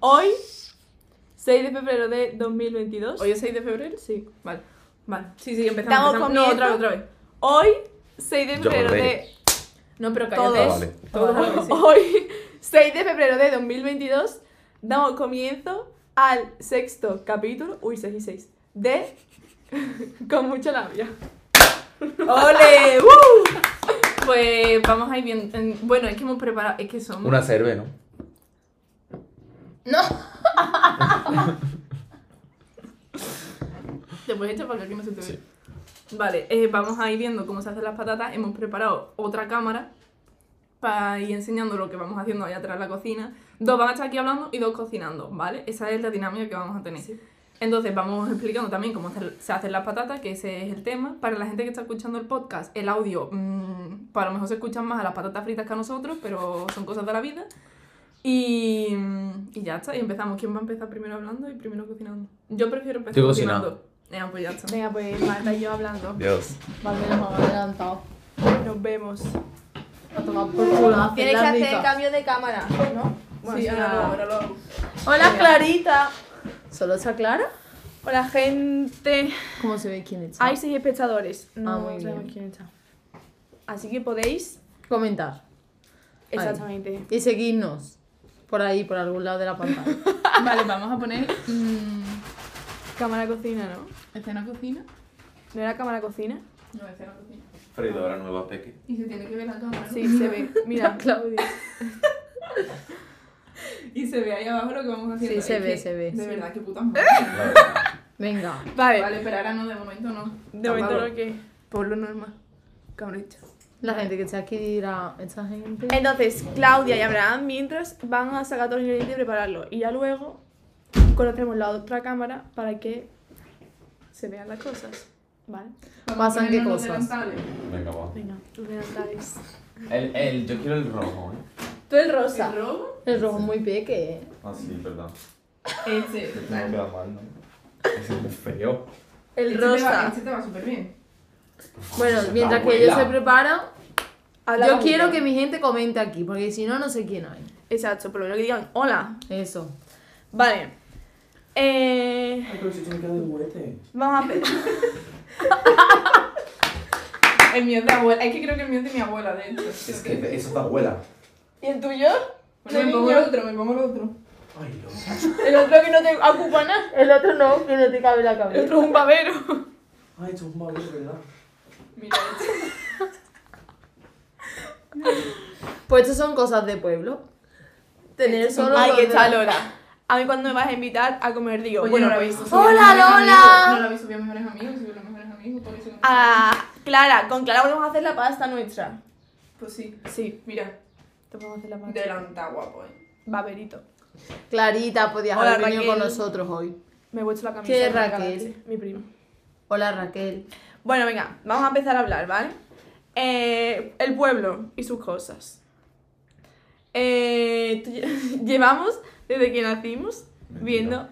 Hoy, 6 de febrero de 2022. ¿Hoy es 6 de febrero? Sí. Vale, vale. Sí, sí, Estamos empezamos. empezamos. con No, miedo. otra vez, otra vez. Hoy, 6 de Yo febrero de... volveré. No, pero cállate. Todos. Ah, vale. Todos a la vez, sí. Hoy, 6 de febrero de 2022, damos comienzo al sexto capítulo, uy, 6 y 6, de Con mucha labia. ¡Ole! ¡Woo! Pues vamos a ir bien. en- Bueno, es que hemos preparado. Es que somos. Una cerve, ¿no? ¡No! Te puedes echar para acá que no se te ve. Sí. Vale, eh, vamos a ir viendo cómo se hacen las patatas. Hemos preparado otra cámara para ir enseñando lo que vamos haciendo allá atrás en la cocina. Dos van a estar aquí hablando y dos cocinando, ¿vale? Esa es la dinámica que vamos a tener. Sí. Entonces vamos explicando también cómo hacer- se hacen las patatas, que ese es el tema. Para la gente que está escuchando el podcast, el audio, mm, para lo mejor se escuchan más a las patatas fritas que a nosotros, pero son cosas de la vida. Y, mm, y ya está, y empezamos. ¿Quién va a empezar primero hablando y primero cocinando? Yo prefiero empezar Yo he cocinando. cocinado. Eh, pues ya está. Venga, pues Marta y yo hablando. Dios. Vale, nos hemos adelantado. Nos vemos. A tomar por culo, a hacer Tienes que la hacer rica. cambio de cámara, ¿no? Bueno, Sí, sí, ahora ahora lo- lo- ahora lo hago. Hola Clarita. ¿Solo está clara? Hola gente. ¿Cómo se ve quién está? Hay seis espectadores. No Ah, muy sabemos bien. quién está. Así que podéis. Comentar. Exactamente. Y seguirnos. Por ahí, por algún lado de la pantalla. Vale, vamos a poner mm, Cámara cocina, ¿no? escena cocina. ¿No era cámara cocina? No, escena cocina. Freidora nueva, Peque. Y se tiene que ver la cámara. ¿no? Sí, se ve. Mira, Claudia. Y se ve ahí abajo lo que vamos a hacer. Sí, se ve, se ve. De Sí. verdad, qué puta madre. Venga. Vale, Vale, pero ahora no, de momento no. de momento lo que. Por lo normal. Cabrita. La gente que está aquí dirá, esta gente... Entonces, Claudia y Abraham, mientras van a sacar todos los ingredientes y prepararlo. Y ya luego conocemos la otra cámara para que se vean las cosas. Vale. Vamos Pasan a qué ponernos cosas. delantales. Venga, va. Venga, los delantales. El, el, yo quiero el rojo, ¿eh? Tú el ¿El robo? El rojo es muy peque, ¿eh? Ah, sí, perdón. Este. Que tengo que dar mal, ¿no? Ese es muy feo. El Este te va- rosa. Este te va súper bien. Bueno, La mientras que abuela. ellos se preparan, Hablaba yo mucho. quiero que mi gente comente aquí, porque si no, no sé quién hay. Exacto, por lo menos que digan hola. Eso. Vale. Eh, pero si tiene que de juguete. vamos a empezar. El mío es de abuela. Es que creo que el mío es de mi abuela, de hecho. Es que eso está abuela. ¿Y el tuyo? Bueno, me pongo el otro, me pongo el otro. Ay, loco. El otro que no te ocupa nada. El otro no, que no te cabe la El otro es un babero. Ay, esto es un babero, ¿verdad? Mira, este. Pues estas son cosas de pueblo. Tener solo... Ahí dos está de- Lola. A mí cuando me vas a invitar a comer digo, Oye, bueno, no la pues, habéis subido a ¡Hola, mejores Lola! amigos. No la habéis subido a mejores amigos, subido a mejores amigos. ¿por qué subido a mejores amigos? a Clara, con Clara vamos a hacer la pasta nuestra. Pues sí. Sí, Mira, te vamos a hacer la pasta. delanta guapo, eh. Baberito. Clarita, podías Hola, haber venido con Raquel. nosotros hoy. Me he puesto la camisa. ¿Qué de es Raquel? Calache, Mi primo. Hola, Raquel. Bueno, venga, vamos a empezar a hablar, ¿vale? Eh, el pueblo y sus cosas. Eh, tú lle- llevamos desde que nacimos Mentira. viendo.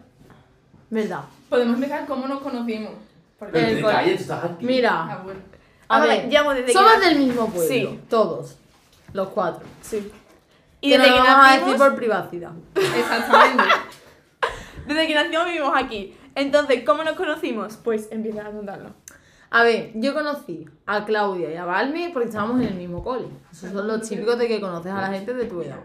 ¿Verdad? Podemos empezar cómo nos conocimos. Ah, Porque El te col- calles, tú estás aquí. Mira, abuela. a Vamos a ver, ver, llevamos Ah, desde que somos nac- del mismo pueblo, Sí. todos, los cuatro. Sí. Y Y que no desde que, lo vamos a decir nacimos, por privacidad. Exactamente. desde que nacimos vivimos aquí. Entonces, ¿cómo nos conocimos? Pues empieza a contarlo. A ver, yo conocí a Claudia y a Balmi porque estábamos en el mismo cole. Esos son los típicos de que conoces a la gente de tu edad.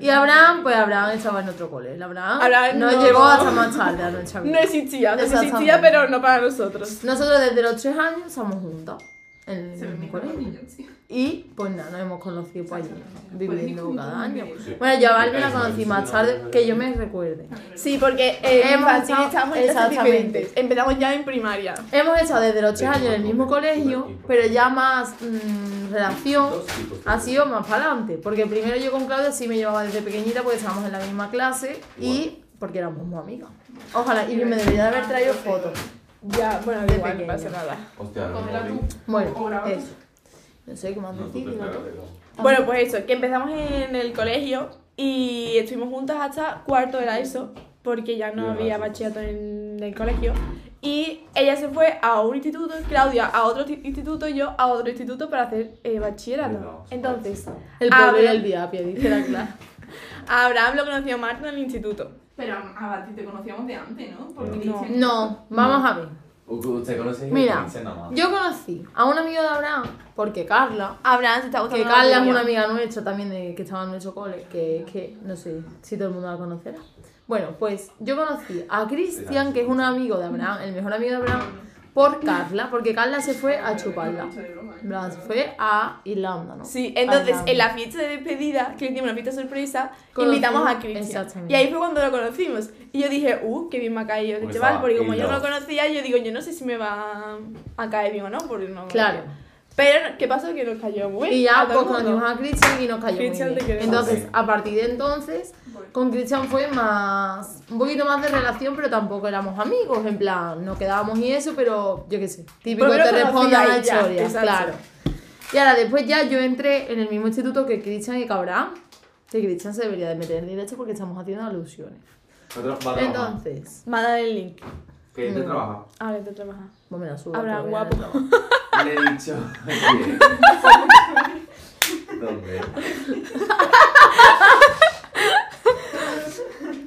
Y Abraham, pues Abraham estaba en otro cole. El Abraham, Abraham nos no. llevó hasta más tarde a nuestra No vida. existía, no Exactamente. existía, pero no para nosotros. Nosotros desde los tres años estamos juntos en Se el ve mi mismo colegio. colegio, sí. Y pues nada, nos hemos conocido pues allí, viviendo cada año. pues. Sí. Bueno, yo a Balmi la Eso, conocí sí, más no, tarde no, que no. yo me recuerde. Sí, porque eh, en Hemos infantil estado- estábamos en clases exactamente. diferentes. Empezamos ya en primaria. Hemos estado desde los 3 años en el mismo Por aquí, colegio, por aquí. pero ya más mm, relación Dos tipos de- ha sido más para adelante. Porque primero yo con Claudia sí me llevaba desde pequeñita porque estábamos en la misma clase y porque éramos muy amigas. Ojalá, y me debería de haber traído fotos. Ya, bueno, De de igual, no pequeña. pasa nada. pues, Hostia, no, Cógela tú. móvil. O Bueno, graba tú. eso. No sé qué más No, tú decir. te ¿no? cagas de loco. Bueno, pues eso, que empezamos en el colegio y estuvimos juntas hasta cuarto de la ESO, porque ya no Bien, había gracias. bachillerato en el colegio. Y ella se fue a un instituto, Claudia a otro ti- instituto, y yo a otro instituto para hacer eh, bachillerato. Cuidado, Entonces, El pobre Habla. del diapia, dice la Clara. a Abraham lo conoció Marta en el instituto. Pero ah, a, a ti te conocíamos de antes, ¿no? Porque No. dicen- No, vamos a ver. ¿Usted conoce? Mira, Dice nada más. yo conocí a un amigo de Abraham, porque Carla, Abraham, te está que gustando. la Carla es batería. una amiga nuestra también de, que estaba en nuestro cole, que es que no sé si todo el mundo la conocerá. Bueno, pues yo conocí a Cristian, que es un amigo de Abraham, el mejor amigo de Abraham, por Carla, porque Carla se fue a chuparla. Mucho de broma, ¿eh? En plan, Se fue a Irlanda, ¿no? Sí, entonces Abraham. en la fiesta de despedida, que hicimos una fiesta sorpresa, Conocimos- invitamos a Cristian. exactamente. Y ahí fue cuando lo conocimos. Y yo dije, uh, qué bien me ha caído este Pues chaval, estaba porque como in yo no lo love. conocía, yo digo, yo no sé si me va a caer bien o no, porque no. me Claro. caía. Pero, ¿qué pasó? Que nos cayó muy Y a todo ya pues el mundo. conocimos a Christian y nos cayó Christian, muy te bien. queremos. Entonces, Sí. a partir de entonces, con Christian fue más. un poquito más de relación, pero tampoco éramos amigos. En plan, no quedábamos y eso, pero yo qué sé. Típico Pero te lo responde conocía a la y ya, historia. exacto. Claro. Y ahora después ya yo entré en el mismo instituto que Christian y Cabrán. Que Christian se debería de meter en directo porque estamos haciendo alusiones. Nosotros- va a trabajar. Entonces, Manda el link. ¿Qué te trabaja? Ahora te trabaja. vos pues me la subo. Habrá te voy a guapo. dar trabajo. Le he dicho. No, hombre.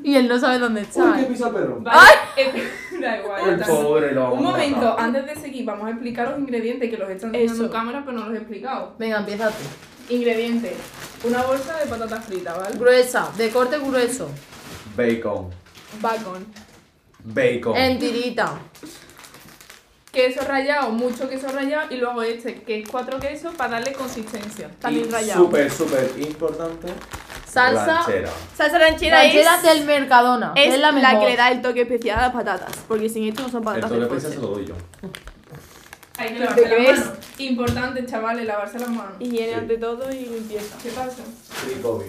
Y él no sabe dónde Uy, está. qué piso el perro. Vale, eh, da igual. El ya. pobre lo vamos Un a matar. momento, antes de seguir, vamos a explicar los ingredientes que los están enseñando Eso. en cámara, pero no los he explicado. Venga, empieza tú. Ingredientes: una bolsa de patatas fritas, ¿vale? Gruesa, de corte grueso. Bacon. Bacon. Bacon. Oh. En tirita. Queso rallado, mucho queso rallado, y luego este, que es cuatro quesos para darle consistencia. También Y rallado. Súper, súper importante. Salsa. ranchera. Salsa ranchera Ranchera es, del Mercadona. que es Es la, la mejor. que le da el toque especial a las patatas, porque sin esto no son El patatas toque del especial se fuerte. lo doy yo. Hay que ¿Te lavarse las crees? manos. Importante, chavales, lavarse las manos. Higiene Sí. ante todo y limpieza. ¿Qué pasa? Sí, Bobby.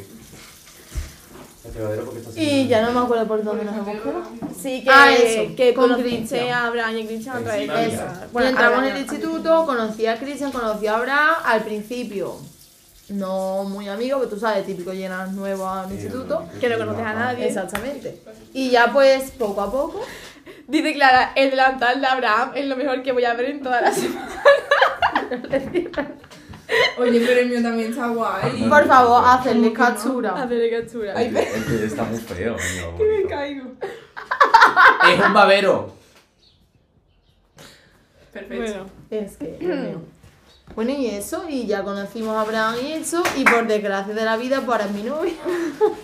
El fregadero porque está Y sin- ya no me acuerdo por dónde nos hemos quedado. Sí, que, Ah, eso, que con conociste Cristian. a Abraham y Cristian a través de Encima esa. Bueno, entramos en Abraham- el instituto, conocí a Cristian, conocí a Abraham. Al principio, no muy amigo, pero tú sabes, típico llenas nuevo al Eh, instituto. que no conoces a nadie. Exactamente. Y ya pues, poco a poco. Dice Clara, el delantal de Abraham es lo mejor que voy a ver en toda la semana. Oye, pero el mío también está guay. Por favor, ¿Cómo hacerle que no? A captura. ver, captura. El que- el que está muy feo. coño, Que me bonito. caigo. Es un babero. Perfecto. Bueno, Es que. Dios mío. Bueno, y eso, y ya conocimos a Abraham y eso, y por desgracia de la vida, para mi novio.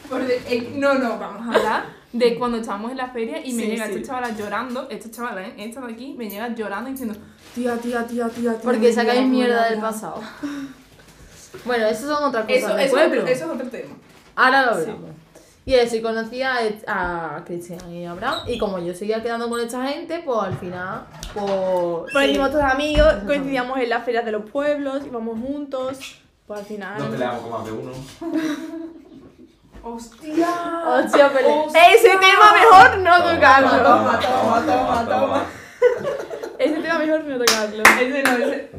Por de- eh, no, no, vamos a hablar de cuando estábamos en la feria y me Sí, llega sí. esta chavala llorando, esta chavala, ¿eh? esta de aquí, me llega llorando diciendo, tía, tía, tía, tía, tía. Porque tía, sacáis tía, mierda tía". del pasado. Bueno, eso son otras cosas Eso, del eso, pueblo. eso es otro tema. Ahora lo hablamos. Y eso, y conocí a, a Cristian y a Abraham. Y como yo seguía quedando con esta gente, pues al final, pues. por sí. aquí todos amigos, coincidíamos en las ferias de los pueblos, íbamos juntos. Pues al No final. peleamos con más de uno. ¡Hostia! Hostia, pele- Oh, Oh, Ese tema mejor no tocarlo. toma, toma, toma, toma. Ese tema mejor no tocarlo. Ese no, ese...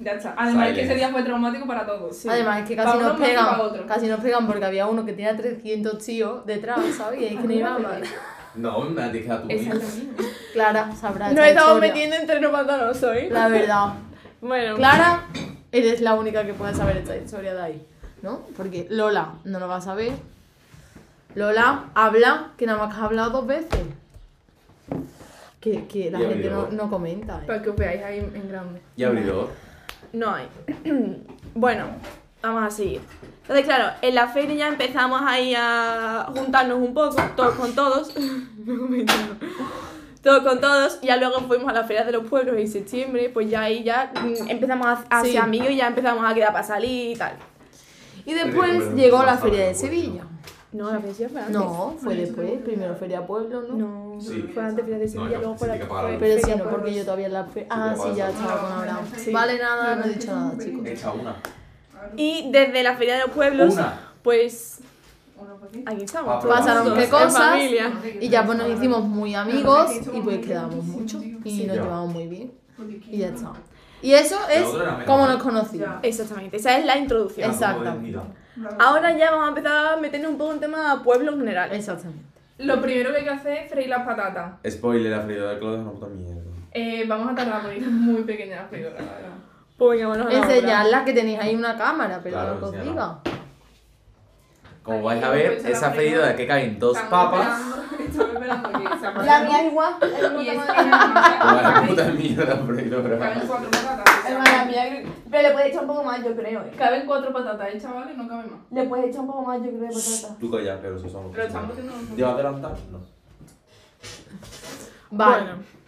Ya está. Además, es que ese Silence. día fue traumático para todos. Sí. Además, es que Pa' casi uno nos más que pa' pegan. otro. Casi nos pegan porque había uno que tenía 300 tíos detrás, ¿sabes? Y es que no iba mal. No, me has dejado tú. Esa es la mía. Clara sabrá. Nos esta estamos historia. metiendo en terreno pantanoso, ¿eh? La verdad. Bueno, Clara, eres la única que puede saber esta historia de ahí, ¿no? Porque Lola no lo va a saber. Lola habla, que nada más que ha hablado dos veces. Que, que la Ya gente veo. no, no comenta. ¿eh? Para que os veáis ahí en grande. Y abridor. No hay. bueno, vamos a seguir. Entonces, claro, en la feria ya empezamos ahí a juntarnos un poco, todos con todos. No comento. todos con todos. Ya luego fuimos a las ferias de los pueblos en septiembre, pues ya ahí ya mm, empezamos a, a Sí. ser amigos y ya empezamos a quedar para salir y tal. Y después Pero, llegó no la sabe, Feria de pues, Sevilla. No, la feria fue antes. No, fue después. Primero Feria Pueblo, ¿no? No, Sí. fue antes feria de No, Sevilla, yo- luego fue sí, la que pagaron. fue Pero sí, feria no, porque pueblos. yo todavía en la feria. Ah, Sí, sí, ya ya estaba con Abraham. Sí. Vale, nada, no he dicho nada, chicos. Echa una. Y desde la feria de los pueblos, Una. Ah, pues Uno por ti. aquí estamos. Pasaron todos, qué en cosas. familia. Y ya pues nos hicimos muy amigos y pues quedamos mucho y Sí. nos Ya. llevamos muy bien y Y ya está. Y eso es otra era menos como mal. nos conocimos. Ya. Exactamente, esa es la introducción. Exactamente. Ahora ya vamos a empezar a meternos un poco en tema pueblo en general. Exactamente. Lo primero que hay que hacer es freír las patatas. Spoiler, la freidora de Claudio es una puta mierda. Eh, vamos a tardar porque es muy pequeña la freidora, la verdad. Pues venga, vámonos a la obra. Enseñadla que tenéis ahí una cámara, pero Claro, no que os enséñala. diga. Como vais a ver, esa ferida que caen dos papas. Estamos esperando que se La mía igual. el Y gluten es no- Como la que puta mierda, por ahí lo caben grabamos. cuatro patatas. Hermano, la mía- Pero le puedes echar un poco más, yo creo. ¿eh? Caben cuatro patatas, ¿eh, chavales? No cabe más. Le puedes echar un poco más, yo creo, de patata. Tú calla, pero eso son. Pero estamos haciendo un ¿Llevas delantal? No. Vale. Bueno.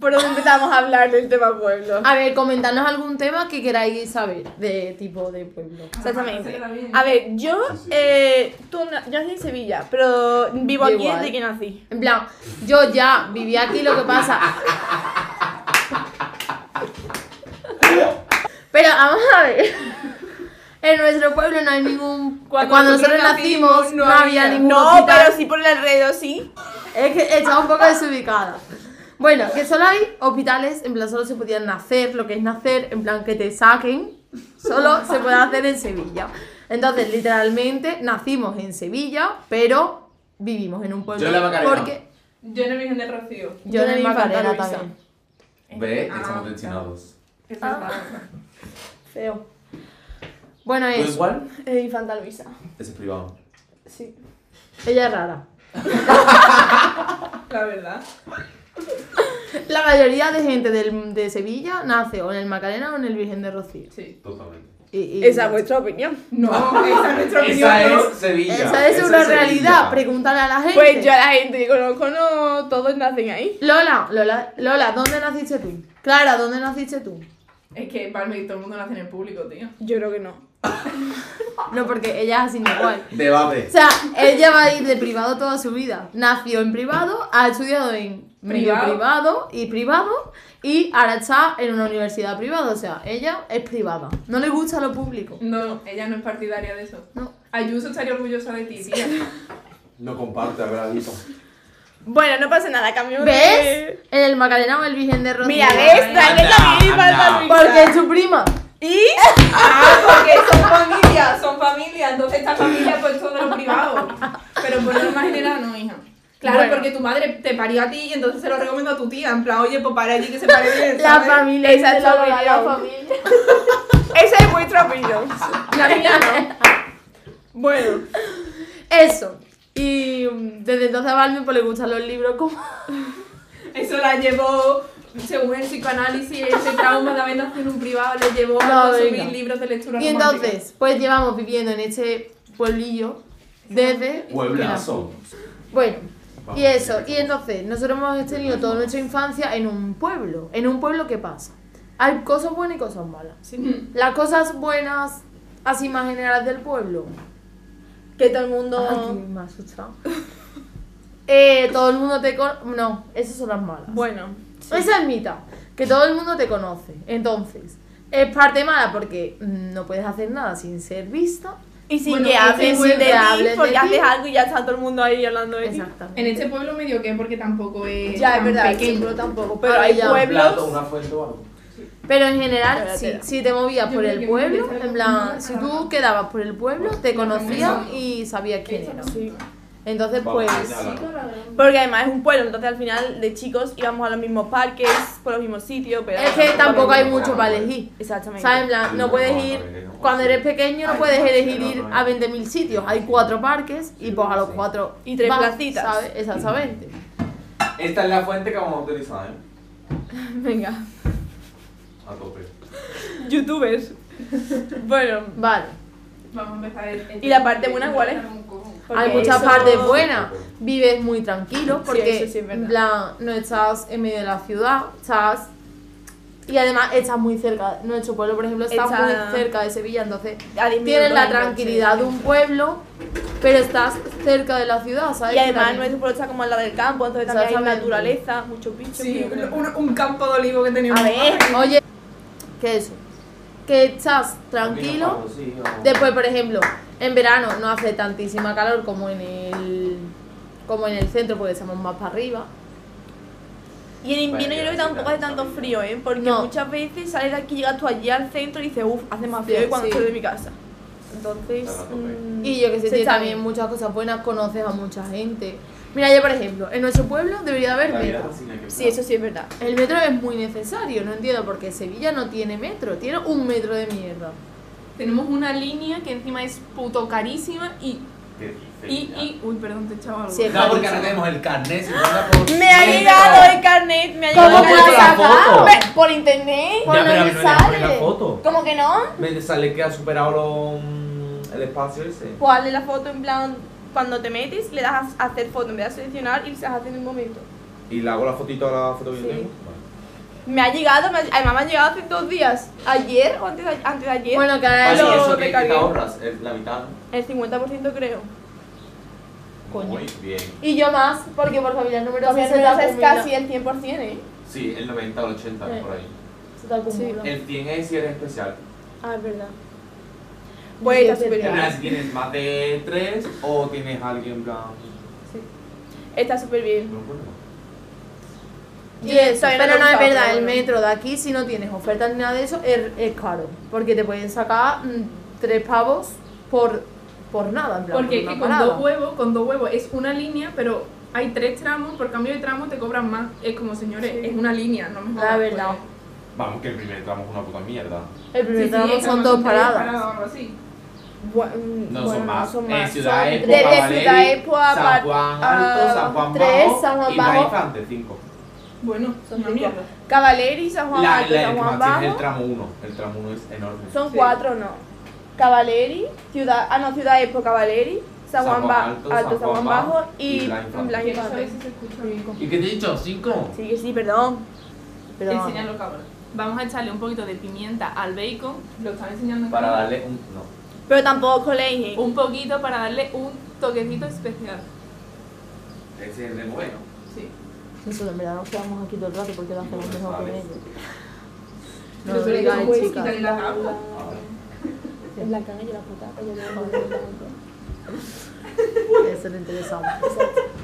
¿Por dónde empezamos a hablar del tema pueblo? A ver, comentadnos algún tema que queráis saber de tipo de pueblo. Exactamente. A ver, yo, eh, tú na- yo nací en Sevilla, pero vivo Yo aquí igual. desde que nací. En plan, yo ya vivía aquí, lo que pasa. Pero vamos a ver. En nuestro pueblo no hay ningún. Cuando, nosotros nacimos, no había ningún. No, hospital. pero sí por el alrededor, sí. Es que estaba un poco desubicada. Bueno, que solo hay hospitales, en plan solo se podían nacer, lo que es nacer, en plan que te saquen, solo se puede hacer en Sevilla. Entonces, literalmente, nacimos en Sevilla, pero vivimos en un pueblo. Yo en la Macarena. Porque Yo en el Virgen del Rocío. yo en Yo en el Infanta Macarena Luisa. también. Ve, Ah, estamos destinados. Esa es la otra. Feo. Bueno, ¿Tú es, igual? Es Infanta Luisa. Ese es privado. Sí. ella es rara. La verdad. La mayoría de gente del- de Sevilla nace o en el Macarena o en el Virgen de Rocío. Sí. Totalmente. Y- y- Esa es vuestra opinión. No, esa es nuestra opinión. Esa ¿no? es Sevilla. Esa es una Sevilla. realidad, pregúntale a la gente. Pues yo a la gente que conozco, no todos nacen ahí. Lola, Lola, Lola, ¿dónde naciste tú? Clara, ¿dónde naciste tú? Es que para mí todo el mundo nace en el público, tío. Yo creo que no. No, porque ella es así no igual. O Debate. sea, ella va a ir de privado toda su vida. Nació en privado, ha estudiado en medio Privado. privado y privado y ahora está en una universidad privada. O sea, ella es privada. No le gusta lo público. No, ella no es partidaria de eso. No. Ayuso estaría orgullosa de ti, tía. No comparte, habrá visto. Bueno, no pasa nada, cambio ¿Ves? En el Macarena o el Virgen de Rocío. Mira, ¿ves? Anda, Trae que también anda. Infanta Luisa. Porque es su prima. ¿Y? Ah, porque son familia, son familia. Entonces esta familia pues todo de los privados. Pero por lo más general no, hija. Claro, Bueno. porque tu madre te parió a ti y entonces se lo recomiendo a tu tía. En plan, oye, pues para allí que se pare bien. La ¿sabes? familia. Esa es dice Lola, la la opinión. familia. Esa es vuestra opinión. La mía no. Bueno, Eso. Y mm, desde entonces a Balvin pues, le gustan los libros como... Eso la llevó, según el psicoanálisis, ese trauma de haber nacido en un privado, le llevó No, a consumir venga. libros de lectura Y romántica. entonces, pues llevamos viviendo en este pueblillo desde... Pueblazo. Bueno, y eso, y entonces, nosotros hemos tenido toda nuestra infancia en un pueblo. ¿En un pueblo qué pasa? Hay cosas buenas y cosas malas. Mm. Las cosas buenas, así más generales del pueblo. que todo el mundo. Ay, me ha asustado. Eh, todo el mundo te conoce. No, esas son las malas. Bueno, Esa es mitad, que todo el mundo te conoce. Entonces, es parte mala porque mm, no puedes hacer nada sin ser vista. y sin Bueno, que y hablen sin que de hablen ti, de porque ti. haces algo y ya está todo el mundo ahí hablando de ti. Exactamente. En este pueblo medio que porque tampoco es Ya, es tan verdad, pequeño. el pueblo tampoco, pero Ahora hay ya. Un plato, pueblos. una fuente o algo. Pero en general, Espérate. sí, si te movías Yo por creo el que pueblo, me en parece plan, algo si muy tú raro. quedabas por el pueblo, te conocían y sabías quién era. Sí. Entonces, Vamos, pues, ya la- Porque además es un pueblo, entonces al final de chicos íbamos a los mismos parques, por los mismos sitios, pero. es que tampoco hay mucho Bueno, para bueno. elegir. Exactamente. ¿Sabes? En plan, no puedes ir, cuando eres pequeño no puedes elegir ir a 20.000 sitios. Hay cuatro parques y pues a los cuatro... Y tres vas, placitas. ¿sabes? Exactamente. Esta es la fuente que vamos a utilizar, ¿eh? Venga. A tope. Youtubers. Bueno. Vale. Vamos a empezar el- ¿Y la parte buena cuál es? porque Hay muchas eso- partes buenas. Vives muy tranquilo porque eso sí es verdad. en plan, no estás en medio de la ciudad, estás y además estás muy cerca. Nuestro pueblo, por ejemplo, está, Está- muy cerca de Sevilla, entonces a 10 tienes minutos la en coche. tranquilidad de un pueblo, pero estás cerca de la ciudad, ¿sabes? Y además También- nuestro pueblo está como al lado del campo, entonces también hay Exactamente. naturaleza, muchos bichos. Sí, pero bueno. un, un campo de olivo que tenemos. A ver. Oye, que eso, que estás tranquilo. Después, por ejemplo, en verano no hace tantísima calor como en el como en el centro porque estamos más para arriba. Y en invierno yo creo que tampoco hace tanto frío, ¿eh? Porque No. muchas veces sales de aquí, llegas tú allí al centro y dices, uff, hace más frío Sí, que cuando sí. estoy de mi casa. Entonces. Está a tope. mm, Y yo que sé, se tiene está también bien. muchas cosas buenas, conoces a mucha gente. Mira, yo por ejemplo, en nuestro pueblo debería haber metro. Sí, eso sí es verdad. El metro es muy necesario, no entiendo por qué Sevilla no tiene metro, tiene un metro de mierda. Tenemos una línea que encima es puto carísima y. Qué y, feina. y uy, perdón, te he echado algo. Sí, es No, porque ahora tenemos el carnet. Si no la puedo- Me ha llegado el carnet, me ha ¿Cómo llegado el ¿Cómo que puedes carnet. lo la has sacado? foto? Ve, ¿Por internet? ¿Por Ya, pero a mí dónde no me deja poner la sale? foto. ¿Cómo que no? Me sale que ha superado lo, mm, el espacio ese. ¿Cuál es la foto en plan cuando te metes? Le das a hacer foto, en vez de seleccionar y se hace en un momento. Y le hago la fotito a la foto que yo Sí. tengo. Me ha llegado, me ha- además me ha llegado hace dos días. ¿Ayer o antes de, antes de ayer? Bueno, que Vale, ahora ¿y Lo Ah, eso que, recargué. te ahorras? El- La mitad. ¿no? El 50% creo. Coño. Muy bien. Y yo más, porque por familia número Lo que no 6 se te es acumula. casi el 100%, ¿eh? Sí, el 90 o el 80 por ahí. Se te acumula. El 100 es si eres especial. Ah, es verdad. Bueno, está Sí, es súper En bien. plan, si tienes más de 3 o tienes alguien en plan. Está súper bien. No me acuerdo. Y eso, Todavía pero lo no he es usado, verdad, pero el bueno. metro de aquí, si no tienes ofertas ni nada de eso, es, es caro. Porque te pueden sacar mm, tres pavos por, por nada, en plan. Porque es por que una con parada. dos huevos, con dos huevos es una línea, pero hay tres tramos, por cambio de tramo te cobran más. Es como, señores, es una línea, no me jodas. La verdad. Vamos, que el primer tramo es una puta mierda. El pues. Sí, primer sí, tramo es que son no dos tres paradas. o algo así. No mm, Bueno, son más. son Eh, más. Ciudad Son Expo, desde Papaleri, Ciudad Expo a San Par- Juan a Alto, San Juan tres, Bajo San Juan y Bajo. Maifante, 5. Bueno, son una mierda. Cavaleri, San Juan La, Alto, la, San el que Juan más tiene es el Bajo. tramo 1. El tramo 1 es enorme. Son Sí. cuatro, no. Cavaleri, Ciudad, ah no, Ciudad Expo, Cavaleri, San Juan Ba- Alto, San Juan Bajo y la Infante. la Quiero saber Infante. si se escucha bien. ¿Y qué te he dicho? ¿Cinco? Sí, que sí, perdón. Pero vamos. Enséñalo, cabrón. Vamos a echarle un poquito de pimienta al bacon. Lo están enseñando en Para cámara. darle un. No. Pero tampoco ¿eh? leí. Un poquito para darle un toquecito especial. Ese es de bueno. Sí. Nosotros en verdad nos quedamos aquí todo el rato porque lo hacemos No mejor con sabes. ellos. No, No Pero lo sobre digáis, todo, chicas. quitarle las aguas. Es la caga y la patata, yo Eso le interesaba.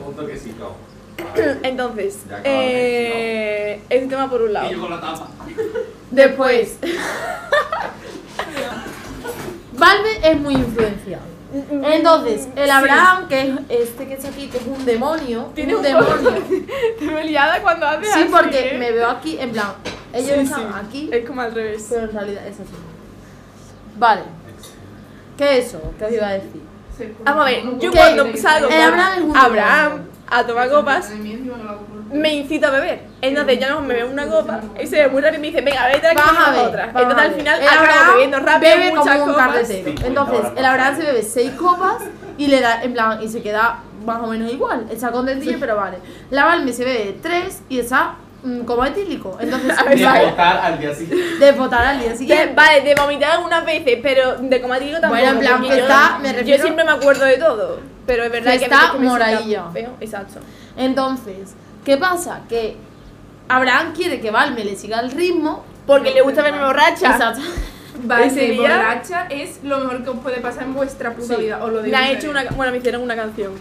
Un toquecito. Entonces, Ya acabamos, eh, es un tema por un Y yo lado. con la tapa. Después. Valve es muy influenciado. Entonces, el Abraham, que es este que está aquí, que es un demonio. Tiene un un demonio. Te veo liada cuando haces Sí, así, porque ¿eh? me veo aquí, en plan, ellos Sí, están sí. aquí, Es como al revés. pero en realidad es así. Vale, ¿qué es eso? ¿Qué os iba a decir? Se pone- Vamos a ver, no yo ¿Qué? puedo cuando creer. salgo con Eh, Abraham es un Abraham a La tomar copas, de mí encima que lo hago por- me incita a beber. Entonces yo no me bebo una copa y se ve muy raro y me dice, venga, vete aquí Vamos a con ver. otra. vamos Entonces a al ver. final El acaba Abraham bebiendo rápido bebe muchas como un copas. carretero. Sí, Entonces, ahora el Abraham se bebe seis copas y le da, en plan, y se queda más o menos igual. Está contentillo, pero vale. La Valme se bebe tres y está mm, como etílico. Entonces, Y a vale, votar al día siguiente. de votar al día De- siguiente. vale, de vomitar algunas veces, pero de comer digo tampoco. Bueno, en plan, porque que yo, está- me refiero- yo siempre me acuerdo de todo, pero es verdad Que que, está a veces me sienta moradillo. feo, exacto. Entonces, ¿qué pasa? Que Abraham quiere que Valme le siga el ritmo. Porque le gusta verme borracha. Exacto. Vale, Ese día- borracha es lo mejor que os puede pasar en vuestra puta Sí. vida. Os lo Me digo han en hecho serio. una, bueno, me hicieron una canción.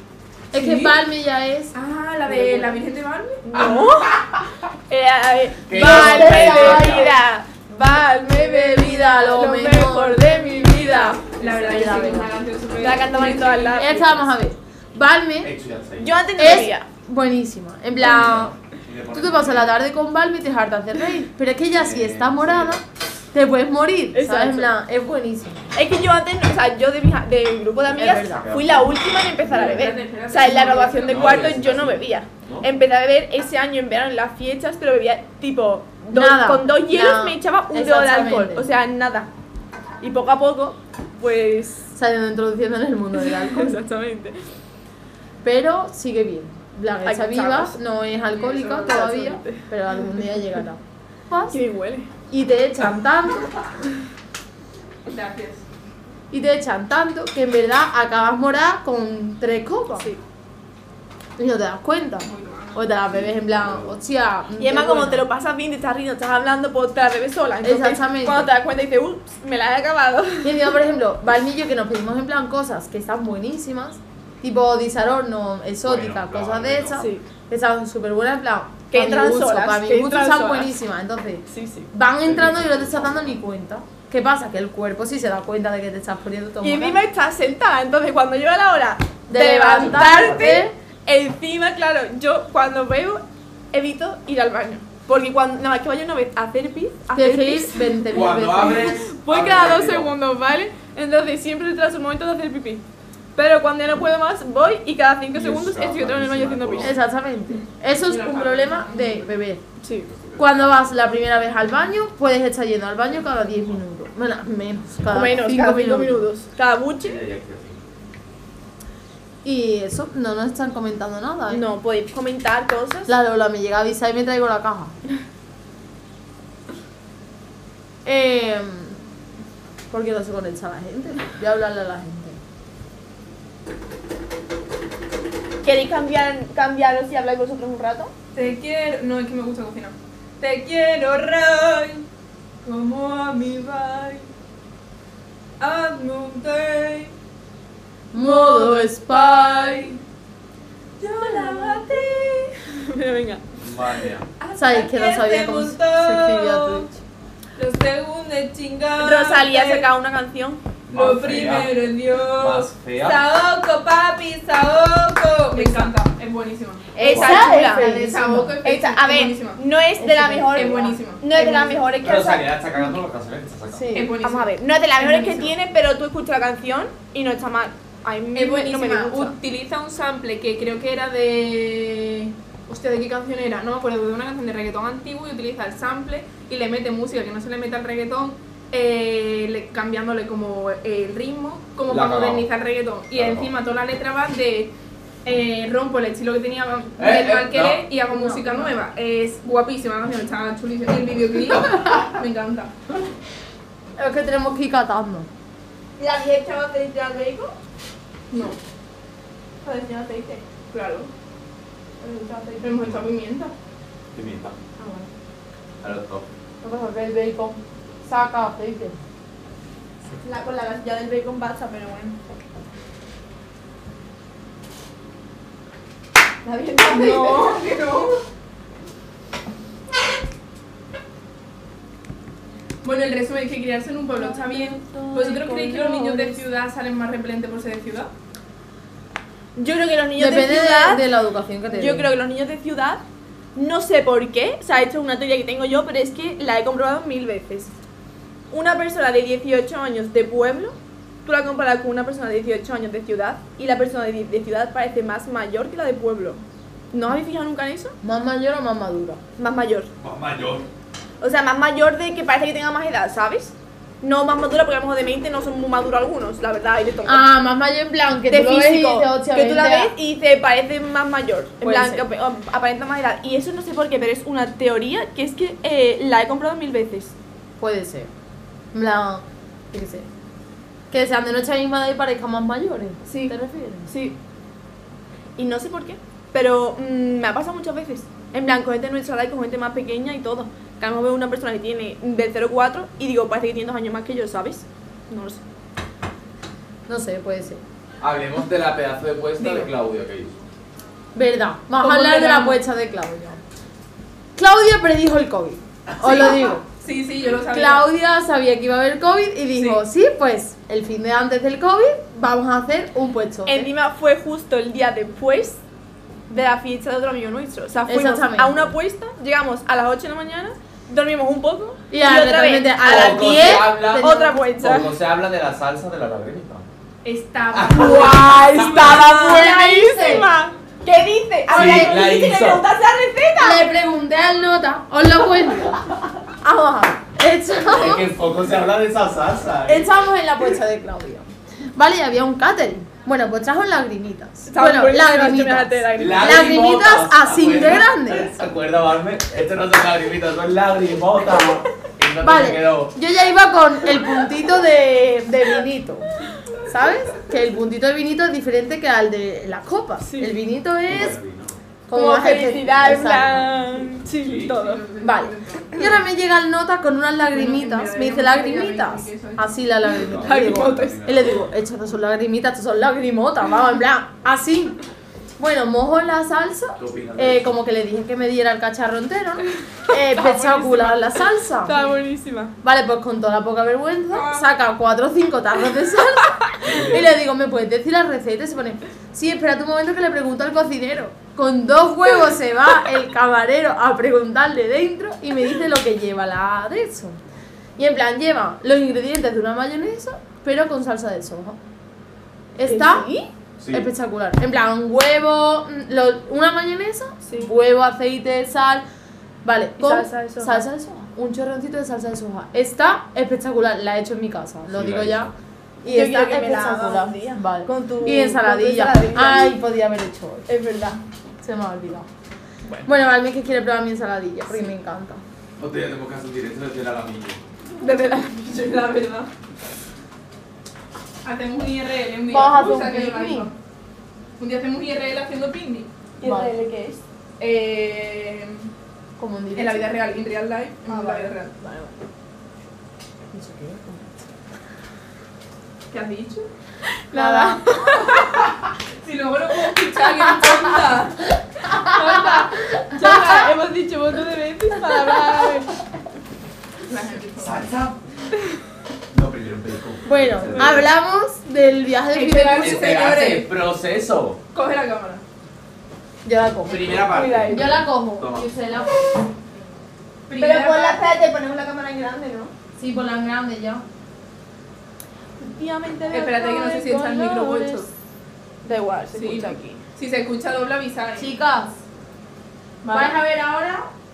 Es que ¿Sí? Valme ya es. Ah, la de la Virgen de Valme. No. Eh, eh, Que Valme no se bebida, Valme bebida, lo Lo mejor mejor de mi vida. La verdad, Sí, que sí, la que es una verdad. canción súper. La cantaban en todas las. Esta vamos a ver. Valme Hecho ya seis. Yo antes no es bebía. buenísima. En plan. Y le Tú pones- te pasas la tarde con Balbi y te hartas de reír. Pero es que ya si estás morada, te puedes morir. ¿Sabes? Exacto. En plan, es buenísimo. Es que yo antes, o sea, yo de mi, ja- de mi grupo de amigas Es verdad. fui la última en empezar a beber. Espérate, O sea, en la graduación de No, cuarto es yo no así. bebía. ¿No? Empecé a beber ese año en verano en las fiestas, pero bebía tipo dos- Nada, con dos hielos nada. me echaba un dedo de alcohol, Exactamente. o sea, nada. Y poco a poco, pues Saliendo introduciendo en el mundo del alcohol. exactamente. Pero sigue bien. Blanca Ay, está viva, chavos. no es alcohólica Eso, todavía, absolutamente. pero algún día llegará. Que bien huele. Y te echan tanto, Gracias. y te echan tanto, que en verdad acabas morada con tres copas. Sí. Y no te das cuenta. O te las bebes en plan, hostia. Y además, qué como buena. te lo pasas bien, te estás riendo, estás hablando, pues te la bebes sola. Entonces, Exactamente. Cuando te das cuenta, dices, ups, me la he acabado. Y encima, por ejemplo, Valmillo que nos pedimos en plan cosas que están buenísimas, tipo disarorno, exóticas, Bueno, claro, cosas de bueno. esas, Sí. que están súper buenas, en plan, Que para mi entran gusto, solas, para mi que gusto entran están solas. buenísimas. Entonces, Sí, sí. van entrando y no te estás dando ni cuenta. ¿Qué pasa? Que el cuerpo sí se da cuenta de que te estás poniendo todo Y morado. encima estás sentada, entonces cuando llega la hora de, De levantarte, levantarte. encima, claro, yo cuando bebo evito ir al baño. Porque cuando, nada más que vaya una vez a hacer pis, a hacer pis, Decís 20.000 veces. Cuando abres. voy abres cada dos rápido. segundos, ¿vale? Entonces siempre tras un momento de hacer pipí. Pero cuando ya no puedo más, voy y cada cinco Y segundos está estoy otra vez en el baño haciendo pis. malísima, Exactamente. Eso es Mira, un Pablo. problema de beber. Sí. Cuando vas la primera vez al baño, puedes estar yendo al baño cada 10 minutos. Bueno, menos, cada O menos, 5 cada minutos. Ah, cinco minutos. Cada buche. Ya, ya, ya. Y eso, no nos están comentando nada, ¿eh? No, podéis comentar cosas. La Lola me llega a avisar y me traigo la caja. eh, ¿Por qué no se conecta la gente? Voy a hablarle a la gente. ¿Queréis cambiar, cambiaros y hablar vosotros un rato? Te quiero. No, es que me gusta cocinar. Te quiero, Roy. Como a mi bye. Hazme un day. Modo spy. Yo la maté. Pero venga. Madre mía. Ah, Sabes que no sabía cómo se se escribía Twitch. Los segundos chingados. Rosalía ha sacado una canción. Lo Más fea. primero es Más Dios. fea. Saoko, papi, Saoko. Me encanta, es buenísima. Esa es Esa chula. es La de Saoko es Esta, buenísima. a ver, Es buenísima. no es de la Es mejor. es buenísima. No es de Es las buenísima. mejores que Pero o sea, Rosalía está cagando las canciones que está sacando. Sí. Es buenísima. Vamos a ver, no es de las Es mejores que buenísima. tiene, pero tú escuchas la canción y no está mal. A mí Es no me buenísima. disgusta. Utiliza un sample que creo que era de. Hostia, ¿de qué canción era? No me acuerdo, de una canción de reggaetón antiguo y utiliza el sample y le mete música que no se le mete al reggaetón, eh, le- cambiándole como el ritmo, como La ha para cagado. modernizar el reggaetón. Y La ha encima toda la letra va de. eh, rompo el estilo que tenía Eh, del eh, mal querer no. y hago música nueva. Es guapísima la canción, está chulísima. Y el videoclip me encanta. Es que tenemos que ir catando. ¿La 10 chavas de Israel Bacon? No, ¿La de aceite? claro. Hemos hecho pimienta. Pimienta. A los dos. Lo que pasa es que el bacon saca aceite. La, con la gastilla del bacon basta, pero bueno. La abierta de- No, que no. Bueno, el resumen es que criarse en un pueblo está bien. ¿Vosotros creéis que los niños de ciudad salen más repelentes por ser de ciudad? Yo creo que los niños Depende de ciudad. de, de la educación que te yo den. creo que los niños de ciudad. No sé por qué. O sea, esto es una teoría que tengo yo, pero es que la he comprobado mil veces. Una persona de 18 años de pueblo, tú la comparas con una persona de 18 años de ciudad, y la persona de, di- de ciudad parece más mayor que la de pueblo. ¿No os habéis fijado nunca en eso? ¿Más mayor o más madura? Más mayor. Más mayor. O sea, más mayor de que parece que tenga más edad, ¿sabes? No más madura, porque a lo mejor de 20 no son muy maduros algunos, la verdad, hay de todo. Ah, más mayor en plan, que de tú lo ves y físico, dices, "Oh, hostia, que tú la veinte ves y te parece más mayor, en Puede plan, ser. que ap- ap- aparenta más edad. Y eso no sé por qué, pero es una teoría que es que eh, la he comprado mil veces. Puede ser. En plan, yo qué sé. Que sean de nuestra misma edad y parezcan más mayores. Sí. ¿Te refieres? Sí. Y no sé por qué, pero mm, me ha pasado muchas veces. En plan, este con gente de nuestra edad y con gente más pequeña y todo. Que a lo mejor veo una persona que tiene mm, del 04 y digo, parece que tiene dos años más que yo, ¿sabes? No lo sé. No sé, puede ser. Hablemos de la pedazo de puesta de Dilo. Claudio que hizo. Verdad. Vamos ¿Cómo a hablar le de la llaman? apuesta de Claudia. Claudia predijo el COVID. Os lo digo. Sí, sí, yo lo sabía. Claudia sabía que iba a haber COVID y dijo, sí, pues el fin de antes del COVID vamos a hacer un puesto. Encima fue justo el día después de la fiesta de otro amigo nuestro. O sea, fuimos Exactamente. a una puesta, llegamos a las 8 de la mañana, dormimos un poco Y a, otra vez realmente, a a las Poco se 10 habla. tenemos- otra puesta. Poco se habla de la salsa de la lagrimita. Estaba. Ah. ¡Guau! Estaba buenísima. ¿Qué dice? Ah, Sí, la hizo. Le pregunté al nota, os lo cuento. Ah, Vamos a ver. Es Estamos, que poco se habla de esa salsa. ¿eh? estamos en la puesta de Claudia. Vale, y había un catering. Bueno, pues trajo lagrimitas. bueno, lagrimitas. Lagrimitas así de ¿Acuerda? grandes. Acuerda, Barme, esto no son lagrimitas, son lagrimotas. Y no te Vale, quedó. yo ya iba con el puntito de, de vinito. ¿Sabes? Que el puntito de vinito es diferente que al de las copas. El vinito es Como más espe- felicidad, en Exacto. plan, chill, Sí. todo. Vale. Y ahora me llega el nota con unas lagrimitas. Me dice lagrimitas. Así las lagrimitas. Y digo- Lagrimotas. Y le digo, estas no son lagrimitas, estas son lagrimotas. Vamos, en plan, así. Bueno, mojo la salsa, ¿Qué opinas? eh, como que le dije que me diera el cacharro entero, ¿no? Eh, espectacular la Está salsa. buenísima. Vale, pues con toda la poca vergüenza, saca cuatro o cinco tarros de salsa y le digo, ¿me puedes decir la receta? Y se pone, sí, espérate un momento que le pregunto al cocinero. Con dos huevos se va el camarero a preguntarle dentro y me dice lo que lleva la de eso. Y en plan, lleva los ingredientes de una mayonesa, pero con salsa de soja. Está ¿Sí? Sí. espectacular. En plan, huevo, mm, lo- una mayonesa, Sí. huevo, aceite, sal. Vale, Y con salsa de soja. salsa de soja, Un chorroncito de salsa de soja. Está espectacular. La he hecho en mi casa, lo Sí, digo la he ya. Y Yo está quiero que me la hagas espectacular. un día. Vale. Con tu- y ensaladilla. con tu ensaladilla. Ay, podía haber hecho hoy. Es verdad. Se me ha olvidado. Bueno, Valmi que quiere probar mi ensaladilla porque me encanta. No te tenemos que hacer directo desde la lamilla. Desde la La verdad. Hacemos un IRL un día. Vamos a hacer Uy, un saqué el picnic. iPhone. Un día hacemos un IRL haciendo picnic. ¿Y Vale. el qué es? Eh, Como un en la vida real, in real life, en Ah, la vale. vida real. Vale, vale. ¿Eso qué es? ¿Qué has dicho? Nada. Si luego no puedo escuchar, que chonda. Chonda. Chaca, hemos dicho voto de veces para hablar. La gente está- ¿Salsa? No, primero un pellizco. Bueno, hablamos del viaje de Espera, Fidelis. Esperarse, proceso. Coge la cámara. Yo la cojo. Primera Mira ahí. parte. Yo la cojo. Toma. Y usted la Pero Primera por la parte. espérate, ponemos la cámara en grande, ¿no? Sí, por las grandes ya. Últimamente veo Espérate que no sé si está el micro colores. vuelto. Da igual, se Sí. escucha aquí. Si se escucha doble avisar. Chicas, Vale. vais a ver ahora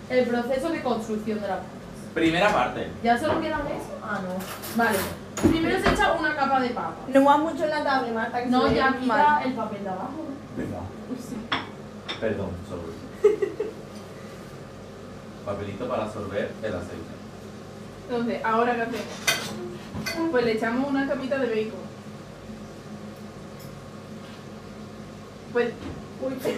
el proceso de construcción de la papa. Primera parte. ¿Ya solo quedan eso? Ah, no. Vale. Primero se echa una capa de papa. No va mucho en la tablet, Marta. que No, se ve ya quita mal. el papel de abajo. Venga. Perdón, sobre. Papelito para absorber el aceite. Entonces, ahora qué hacemos? Pues le echamos una capita de bacon. Pues, uy, pues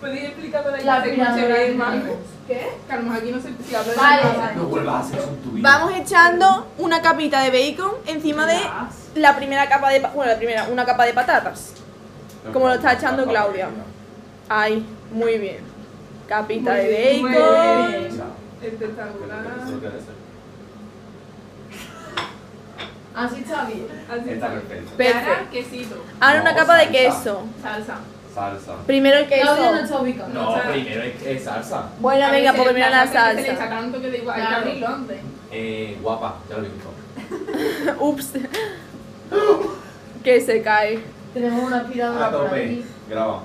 ¿Podéis explicar para La que se escuche aspiradora bien de más? bacon. ¿Qué? Calma, aquí no se si habla de Vale. masa. No vuelvas a hacer eso en tu vida. Vamos echando una capita de bacon encima de la primera capa de. pa- Bueno, la primera, una capa de patatas. como lo está echando Claudia. Ay, muy bien. Capita Muy de bien, muy bacon. bien. Ya. Espectacular. Así está bien. Así Está está. perfecto. Y ahora, Perfecto. quesito, Ahora una No, capa de salsa. queso. salsa. Salsa. Primero el Claudia no queso. está ubicada. No, primero es, es salsa. Bueno, A venga, veces pues primero la salsa que Se le echa salsa. tanto que da igual. Hay que Claro. abrirlo antes. Eh, guapa, ya lo he visto. Ups. que se cae. Tenemos una aspiradora A por tope. aquí. Graba.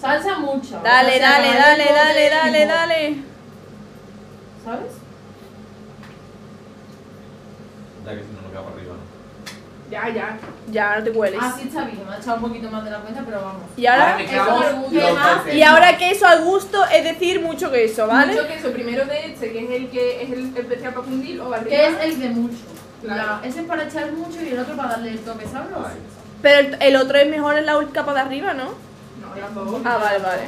Salsa mucha. Dale, O sea, dale, dale, hay algo dale, de- dale, dale. ¿Sabes? Ya que si no, no queda para arriba. ¿no? Ya, ya. Ya, ahora te hueles. Así está bien. Me ha echado un poquito más de la cuenta, pero vamos. Y ahora, mezclamos eso, ¿qué los más? toppings. y ahora queso al gusto, es decir, mucho queso, ¿vale? Mucho queso, primero de este, que es el que es el especial para fundir o arriba. Que es el de mucho. Claro. La- ese es para echar mucho y el otro para darle el toque sabroso. Ahí. Pero el, el otro es mejor en la ul- capa de arriba, ¿no? No, las dos. Ah, vale, vale.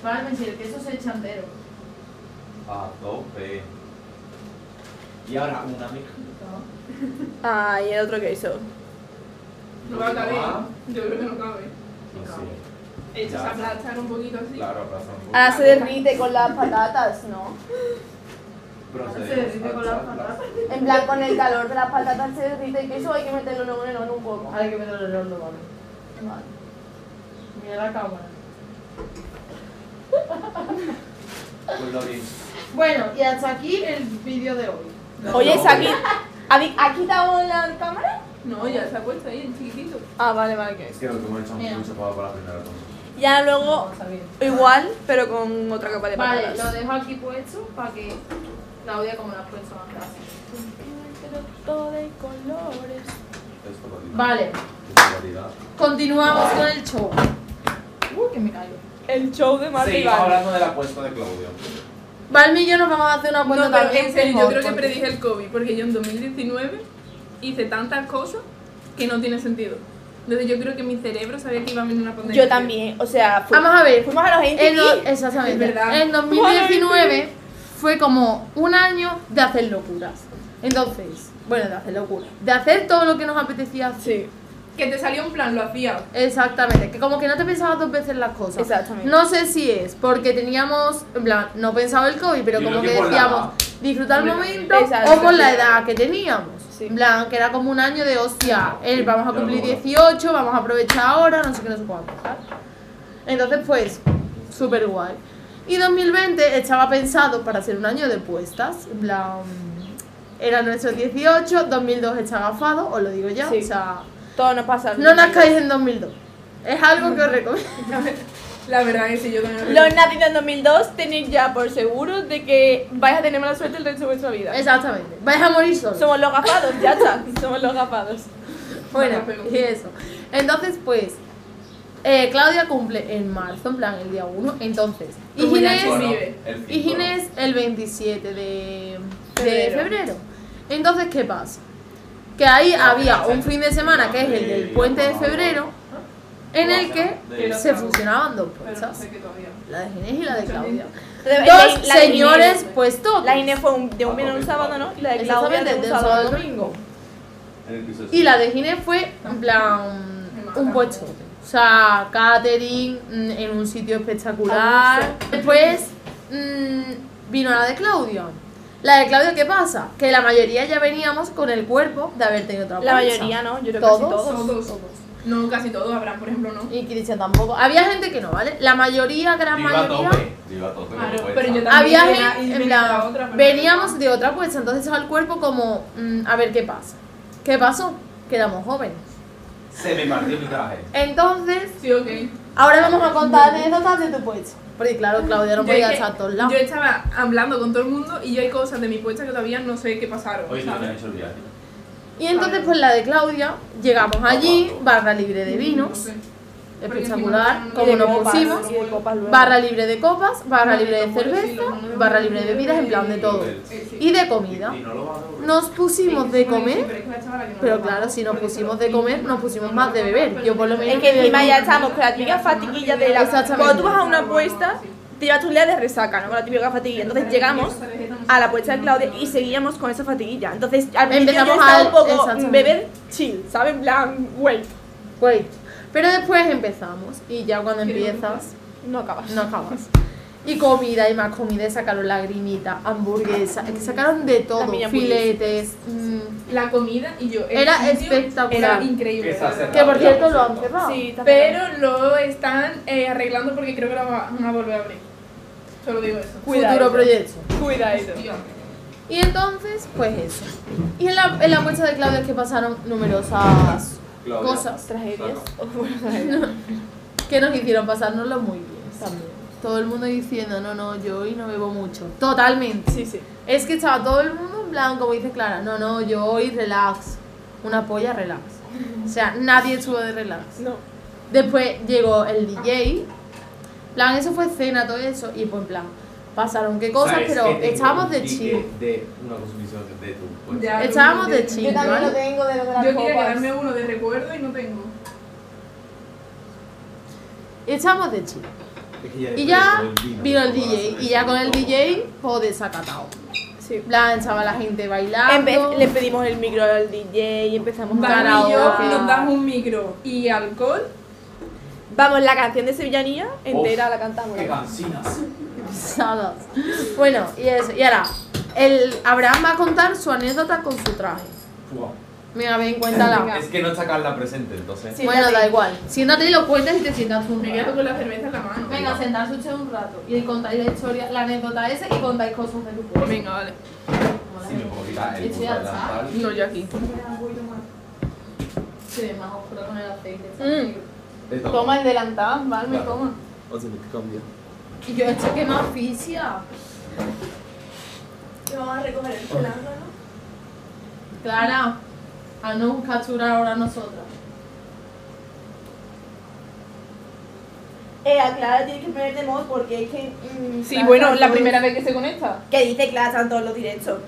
Para si el queso se echa entero. A tope. Y ahora una mezcla. Ah, y el otro queso. No va a caber. Ah, Yo creo que no cabe. no sé. Esto se Ya. aplastan un poquito así. Claro, aplasta un poco. Ahora se derrite. Derrite con las patatas, ¿no? Procedemos se derrite con la a- patata. En plan, con el calor de las patatas se derrite el queso, hay que meterlo luego en el horno un poco. Ahora hay que meterlo en el horno, vale. Vale. Mira la cámara. Ponlo Pues bien. Bueno, y hasta aquí el vídeo de hoy. Oye, No, Saki. ¿Habéis- ¿Ha quitado la cámara? No, ya se ha puesto ahí, en chiquitito. Ah, vale, vale, queso. Es que lo que hemos hecho Mira. es mucho pavo para la primera toma. Ya luego, Vamos a ver. igual, pero con otra capa de Vale, patatas. lo dejo aquí puesto para que Claudia como la ha puesto más fácil. todo de colores. Esto para ti. Vale, Esto para ti, ¿verdad? continuamos con el show. Uh, que me caigo. El show de Marta y Seguimos Iván. hablando de la apuesta de Claudio. Valmi y yo nos vamos a hacer una cuenta No, pero también en serio, yo mejor, creo que porque- predije el COVID, porque yo en 2019 hice tantas cosas que no tiene sentido. Entonces yo creo que mi cerebro sabía que iba a venir una pandemia. Yo también, o sea, fu- Vamos a ver, Eh, fuimos a los gente En, do- exactamente. Es verdad. En 2019 fue como un año de hacer locuras. Entonces, bueno, de hacer locuras. De hacer todo lo que nos apetecía hacer. Sí. que te salió un plan, lo hacía. Exactamente, que como que no te pensabas dos veces las cosas. Exactamente. No sé si es porque teníamos, en plan, no pensaba el COVID, pero Yo como creo que que por la- decíamos, disfrutar el momento Exacto. o por la edad que teníamos. Sí. En plan, que era como un año de hostia, el, vamos a Ya cumplir lo hago. 18, vamos a aprovechar ahora, no sé qué, no sé cuánto. ¿sabes? Entonces, pues, súper guay. Y 2020 estaba pensado para ser un año de puestas, en plan, era nuestro 18, 2002 está agafado, os lo digo ya, Sí. o sea, Todo nos pasa. no nazcáis en 2002. Es algo que os recomiendo. La verdad es que sí, yo también. Los nacidos en 2002 tenéis ya por seguro de que vais a tener mala suerte el resto de vuestra vida. Exactamente. Vais a morir solos. Somos los gafados, ya está. Somos los gafados. Bueno, Bueno, pero- y eso. Entonces, pues, eh, Claudia cumple en marzo, en plan el día 1. Entonces, y Como ya Ginés, Bueno, el y Ginés el 27 de, de febrero. Febrero. Entonces, ¿qué pasa? Que ahí No, había no, un no, fin de semana, que es el del no, puente de no, febrero, en el que de- se fusionaban dos Pero no puestas, sé qué todavía. la de Ginés y la de Claudia. La- la- la Dos de señores Inés. puestos. La Inés fue un- de un viernes a un sábado, ¿no? Y la de Claudia de un Exactamente, sábado al del domingo. En el piso Y la de Ginés fue, en plan, un puesto. O sea, catering mm, en un sitio espectacular. Después mm, vino la de Claudio. La de Claudio, ¿qué pasa? Que la mayoría ya veníamos con el cuerpo de haber tenido otra La bolsa. mayoría, ¿no? Yo creo que ¿Todos? casi todos. Todos. No, casi todos. Abraham, por ejemplo, no. Y Cristian tampoco. Había gente que no, ¿vale? La mayoría, gran Yo iba a mayoría. tope. Yo iba a tope. Claro, como pero yo puesta. también. Había y venía- y gente, en venía la plan, otra, pero- veníamos de otra puesta, entonces estaba el cuerpo como, mm, a ver qué pasa. ¿Qué pasó? Que éramos jóvenes. Se me partió mi traje. Entonces, Sí, ok. Ahora vamos a contar anécdotas de tu puesto. Porque claro, Claudia no Yo es podía que- estar a todos lados. Yo estaba hablando con todo el mundo y yo hay cosas de mi puesta que todavía no sé qué pasaron. Oye, tú me has ¿sabes? hecho olvidar. Y entonces pues la de Claudia, llegamos allí, barra libre Mm, de vinos, espectacular, Y como de nos copas. pusimos. y de copas luego. Barra libre de copas, barra No, libre de no, no, sí, cerveza, no, no, no, barra no, libre de no, bebidas, en plan de todo. Y de comida. Y no lo vas a lograr. Nos pusimos de comer, pero, es que la chavala que no pero toma, claro, si nos porque pusimos solo- de comer, nos pusimos más de beber. Yo por lo menos... Es que encima bebí- ya estamos con la típica fatiguilla de la. Exactamente. Cuando tú vas a una puesta, te llevas tu día de resaca, ¿no? Con la típica fatiguilla. Entonces llegamos a la puesta de Claudia y seguíamos con esa fatiguilla. Entonces al principio yo Empezamos estaba al- un poco exactamente. beber chill, ¿sabes? En plan, wait, Wait. Pero después empezamos y ya cuando Quiero empiezas... no acabas. No acabas. Y comida, y más comida, y sacaron lagrimita, hamburguesa, es que sacaron de todo, mini hamburguesa. filetes. mm, La comida y yo. el Era sitio espectacular. Era increíble. Que está la verdad. cerrado. que por ya, cierto por lo han cierto. cerrado. Sí, también. Pero lo están eh, arreglando porque creo que lo van a volver a abrir. Solo digo eso. Cuidado. Futuro proyecto. Cuida eso. Tío, Y entonces, pues eso. Y en la, en la puesta de Claudia es que pasaron numerosas Claudia. cosas Tragedias. que nos hicieron pasárnoslo muy bien también. Todo el mundo diciendo, no, no, yo hoy no bebo mucho. Totalmente. Sí, sí. Es que estaba todo el mundo en plan, como dice Clara, no, no, yo hoy relax. Una polla relax. O sea, nadie estuvo de relax. No. Después llegó el DJ. En plan, eso fue cena, todo eso. Y pues, en plan, pasaron qué cosas, ¿Sabes pero qué tengo? estábamos de Di que chill. De una consumición de tu cuerpo. Ya, lo Estábamos de que- chill. Yo también ¿vale? lo tengo de lo de las Yo quería copas. quedarme uno de recuerdo y no tengo. Estábamos de chill. Es que ya Y después ya de todo el vino, vino el todo DJ. hace Y ya con el todo. DJ, fue desacatado. Sí. En plan, estaba la gente bailando. Empe- le pedimos el micro al DJ y empezamos a Vale. Para y yo Karaoke. nos das un micro y alcohol. Vamos, la canción de Sevillanía entera Uf, la cantamos. Qué cansinas. Pesadas. Bueno, y eso. Y ahora, el Abraham va a contar su anécdota con su traje. Buah. Mira, ven, cuéntala. Es que no está Carla presente, entonces. Bueno, da igual. Siéntate y lo cuentas y te sientas un Me quedo con la cerveza en la mano. Venga, sentarse usted un rato y contáis la historia, la anécdota esa y contáis cosas de tu pueblo. Venga, vale. Como la Si me gente. puedo quitar el Esto puto ya de la está. tal. No, yo aquí. Se ve más oscuro con el aceite. Mm. Te tomo. Toma el delantal, ¿vale? Me Claro. toma. O sea, me cambia. Y yo, esto que me asfixia. vamos a recoger el plátano. Clara, a no capturar ahora a nosotras. Eh, a Clara tiene que poner de modo porque es que. mm, Sí, Clara bueno, está la todo- primera vez que se conecta. Que dice Clara están todos los directos.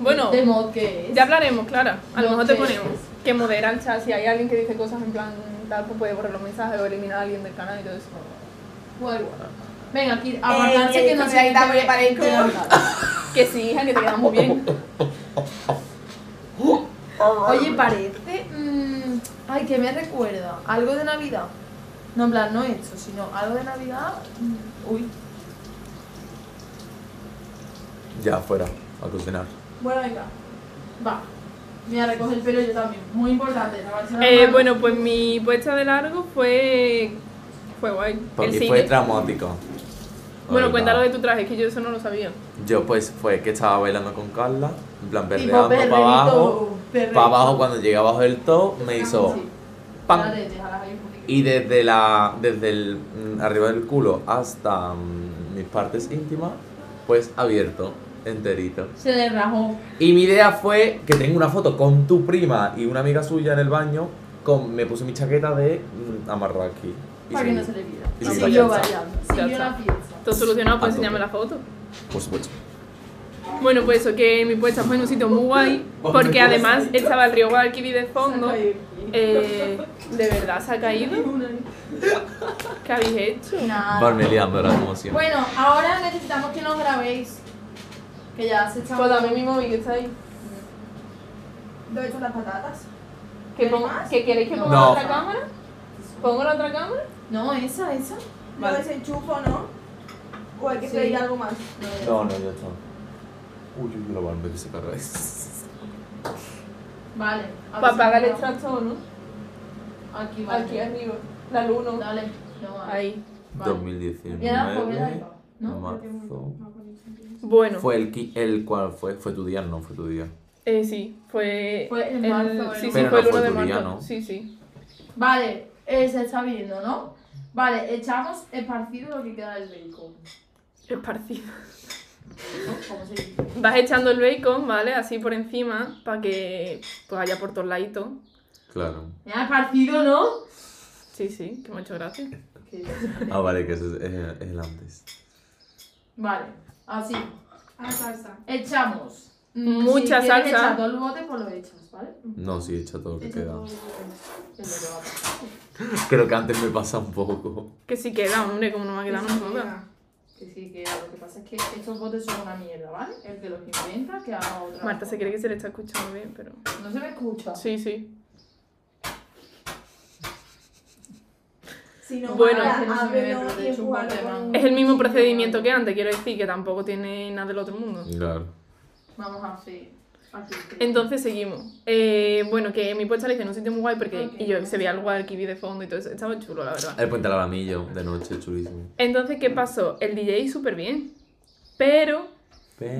Bueno, De modo que es. ya hablaremos, Clara. A lo No mejor te sé. ponemos que modera el chat. Si hay alguien que dice cosas en plan tal, pues puede borrar los mensajes o eliminar a alguien del canal y todo eso. Bueno, Venga, aquí, Eh, apartarse y que no ahí se está, voy a parar el Que sí, hija, que te quedan muy bien. Oye, parece mm, Ay, que me recuerda. Algo de Navidad. No, en plan, no esto, sino algo de Navidad. mm, Uy. Ya, fuera, a cocinar. Bueno, venga. Va. Me voy a recoger el pelo yo también. Muy importante. lavarse las Eh, manos. bueno, pues mi puesta de largo fue. fue guay. Para El mí siguiente- fue traumático. Bueno, Ay, cuéntalo va. de tu traje, que yo eso no lo sabía. Yo pues fue que estaba bailando con Carla, en plan Tipo perreando para perreíto, abajo. perreíto. Para abajo cuando llegué abajo del todo me hizo Ah, Sí. ¡pam! Dale, déjala ahí un poquito. Y desde la. desde el. mm, arriba del culo hasta mm, mis partes íntimas, pues abierto, enterito. Se le rajó. Y mi idea fue que tengo una foto con tu prima y una amiga suya en el baño. Con, me puse mi chaqueta de mm, amarrar aquí. Y Para que seguí. no se le pida. Y Y sí, siguió ya está. bailando. Siguió Ya la está. fiesta. Todo solucionado, pues Ah, todo. enséñame la foto. Por supuesto. Bueno, pues eso, que mi puesta fue en un sitio muy guay, porque además estaba el río Guadalquivir de fondo. Eh, ¿De verdad se ha caído? ¿Qué habéis hecho? Nada. Barmeleando la emoción. Bueno, ahora necesitamos que nos grabéis. Que ya se echamos. Pues dame mi móvil que está ahí. ¿Dónde están las patatas? ¿Que, pongo- que queréis que ponga No. la otra cámara? ¿Pongo la otra cámara? No, esa, esa. Lo desenchufo, ¿no? O hay que Sí. pedir algo más. Pues- No, no, ya está. Uy, uy, la barba que se carga es. Vale. a ver Para si apagar el nos grabamos. extractor, ¿no? Aquí, vale. Aquí arriba, la luna. Dale. No, vale. Ahí. Vale. Y ahora, pues, ven ahí. 2019. ¿No? Marzo. Bueno, Fue el, qui- el cual fue, fue tu día, no fue tu día. eh, sí, fue. Fue en el- marzo, Sí, ¿no? sí, Pero fue el 1 no fue de tu día, marzo. ¿no? Sí, sí. Vale, eh, se está viendo, ¿no? Vale, echamos esparcido lo que queda del bacon. Esparcido. ¿no? Como se dice. Vas echando el bacon, ¿vale? Así por encima, para que pues haya por todos laditos. Claro. Ya esparcido, ¿no? Sí, sí, que me ha hecho gracia. Que- Ah, vale, que ese es, es el- es el antes. Vale, así. Ah, salsa. Echamos. Mm, Mucha si quieres salsa. Echar todo el bote, pues lo echas, ¿vale? No, sí, echa todo lo que queda. Es lo que va a pasar. Creo que antes me pasa un poco. Que sí queda, hombre, como no va a quedar, no me jodas. Que sí, que lo que pasa es que estos botes son una mierda, ¿vale? El que los inventa, que haga otra. Marta cosa. se cree que se le está escuchando bien, pero. No se me escucha. Sí, sí. Si no, Bueno. ahora Es que no se me ve, ábrelo pero te y echo un empújalo poco de con un- Es el mismo procedimiento que antes, quiero decir, que tampoco tiene nada del otro mundo. Claro. Vamos a hacer. Aquí. Entonces seguimos. Eh, bueno, que mi puesta la hice en un sitio muy guay porque Ok. y yo se veía el Guadalquivir de fondo y todo eso. Estaba chulo, la verdad. El puente al aramillo, de noche, chulísimo. Entonces, ¿qué pasó? El DJ súper bien. Pero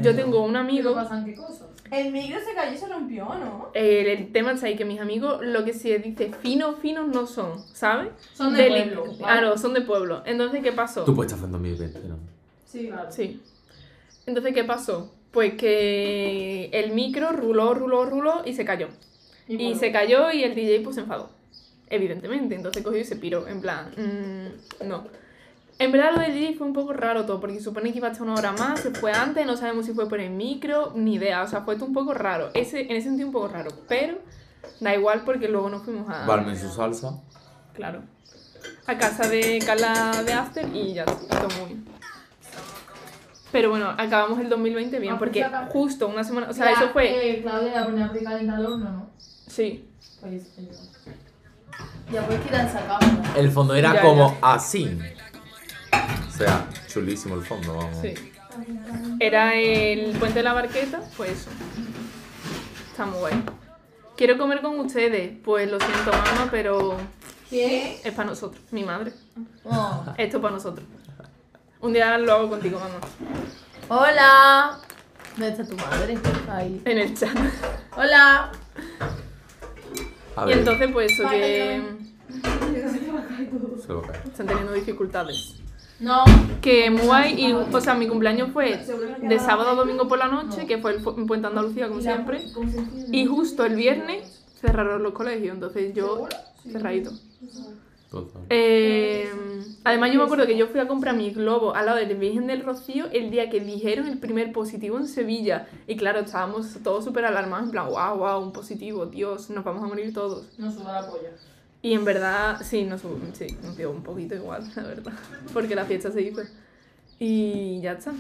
yo tengo un ¿Qué amigo. pasan qué cosas? El micro se cayó y se rompió, ¿no? El, el tema es ahí que mis amigos, lo que se dice fino, finos no son, ¿sabes? Son de Deli- pueblo. ¿vale? Claro, son de pueblo. Entonces, ¿qué pasó? Tu puesta fue en 2020, ¿no? Sí, claro. Sí. Entonces, ¿qué pasó? Pues que el micro ruló, ruló, ruló y se cayó. Y bueno, se cayó y el DJ pues se enfadó. Evidentemente, entonces cogió y se piró, en plan, mm, no. En verdad lo del DJ fue un poco raro todo, porque supone que iba a estar una hora más, se fue antes, no sabemos si fue por el micro, ni idea, o sea, fue todo un poco raro, ese, en ese sentido un poco raro, pero da igual porque luego nos fuimos a... Barmen su salsa. Claro. A casa de Carla de After y ya, está todo muy bien. Pero bueno, acabamos el 2020 bien, Ah, porque pues, acá. justo una semana, o sea, ya, eso fue... Eh, Claudia, pone a picar en el horno, ¿no? Sí, Pues eso. Ya pues, puedes quitar esa cámara. El fondo era Ya, como así. O sea, chulísimo el fondo, vamos. Sí. Era el puente de la barqueta, pues eso. Está muy guay. Quiero comer con ustedes, pues lo siento mamá, pero ¿Qué? es para nosotros, mi madre. Oh. Esto es para nosotros. Un día lo hago contigo, mamá. Hola. ¿Dónde está tu madre? Ahí. En el chat. Hola. A Y ver, entonces, pues eso que se lo cae. están teniendo dificultades. No. Que muy guay, y, o sea, mi cumpleaños fue de sábado a domingo por la noche, que fue el pu- puente Andalucía, como siempre. Y justo el viernes cerraron los colegios, entonces yo cerradito. Total. Eh, además, yo me acuerdo que yo fui a comprar mis globos al lado del Virgen del Rocío el día que dijeron el primer positivo en Sevilla. Y claro, estábamos todos súper alarmados, en plan, wow, wow, un positivo, Dios, nos vamos a morir todos. No suba la polla. Y en verdad, sí, nos, sí, nos dio un poquito igual, la verdad, porque la fiesta se hizo. Y ya está,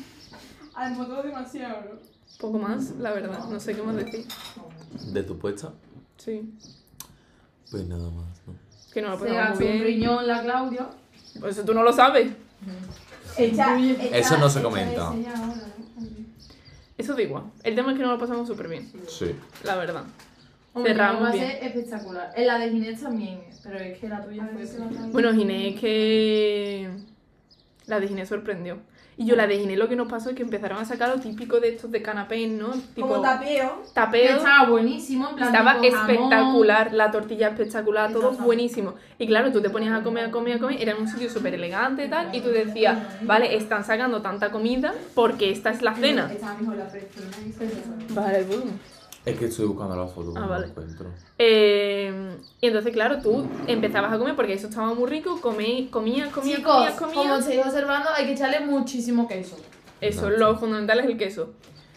Ah, Al motor demasiado, ¿no? poco más, la verdad, no sé qué más decir. ¿De tu puesta? Sí. Pues nada más, ¿no? Que no lo Se pasamos gastó muy pues, un bien. Pues riñón la Claudia. Eso tú no lo sabes. Echa- Eso no se comenta. ese ya ahora, ¿eh? Eso da igual. El tema es que no lo pasamos súper bien, Sí. la verdad. Hombre, Cerramos va a bien. ser espectacular. En la de Ginés también, pero es que la tuya fue... Bueno, Ginés es que... La de Ginés sorprendió. Y yo la de Ginés lo que nos pasó es que empezaron a sacar lo típico de estos de canapés, ¿no? Tipo Como tapeo. Que tapeo. estaba buenísimo, en plan Estaba tipo jamón. espectacular, la tortilla espectacular, todo Exactamente. buenísimo. Y claro, tú te ponías a comer, a comer, a comer, era un sitio súper elegante y tal, y tú decías, vale, están sacando tanta comida porque esta es la cena. Está mejor la frescura. Vale, el volumen. Es que estoy buscando la foto, pero Ah, no vale. la encuentro. Eh, y entonces, claro, tú empezabas a comer porque eso estaba muy rico, comí- comías, comías, Chicos, comías, como comías. seguís observando, hay que echarle muchísimo queso. Eso, lo fundamental es el queso.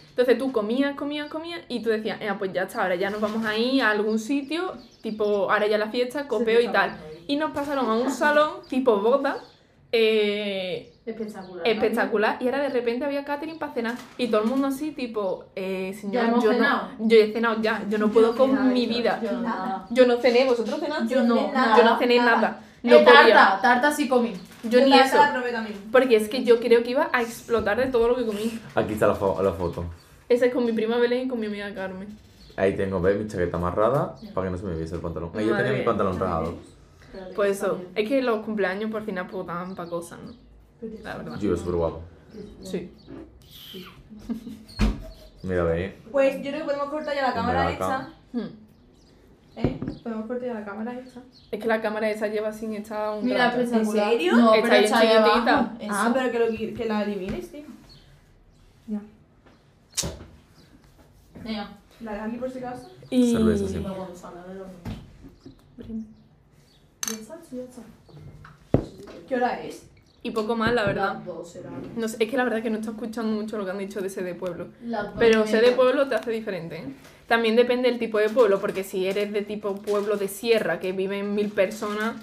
Entonces tú comías, comías, comías y tú decías, "Ea, pues ya está, ahora ya nos vamos a ir a algún sitio, tipo, ahora ya la fiesta, copeo y tal. Y nos pasaron a un salón tipo boda, eh, Espectacular. ¿no? espectacular, y ahora de repente había catering para cenar y todo el mundo así, tipo, eh, señor, Ya hemos yo, cenado. no, yo he cenado ya, yo no puedo Nada, con mi yo- vida. Yo nada. Yo no cené, vosotros cenaste. Yo no, nada. Yo no cené nada. No Eh, podía. tarta, tarta sí comí. Yo ni Tarta eso. la probé también. Porque es que yo creo que iba a explotar de todo lo que comí. Aquí está la, fo- la foto. Esa es con mi prima Belén y con mi amiga Carmen. Ahí tengo, ¿ves? Mi chaqueta amarrada para que no se me viese el pantalón. Ahí yo Madre tenía mi mía. pantalón rajado. Pues eso, es que los cumpleaños por fin apuntaban para cosas, ¿no? La verdad. Yo iba súper guapo. Sí. Mira, eh. ¿ves? Pues yo creo que podemos cortar ya la cámara Venga, acá. esta. Hmm. ¿Eh? Podemos cortar ya la cámara esta. Es que la cámara esa lleva sin esta un Mira, rato. pues, espectacular. ¿En serio? No, Está pero bien echa ahí chiquitita. abajo. Eh, Eso. Ah, pero que, lo, qui- que la elimines, tío. Ya. Venga. ¿La dejas aquí por si acaso? Y... Cerveza, sí. ¿Qué hora es? y poco más, la verdad. Las dos eran. No sé, es que la verdad es que no estoy escuchando mucho lo que han dicho de ese de pueblo. Las dos Pero y ser de media. pueblo te hace diferente. ¿eh? También depende del tipo de pueblo, porque si eres de tipo pueblo de sierra, que viven mil personas,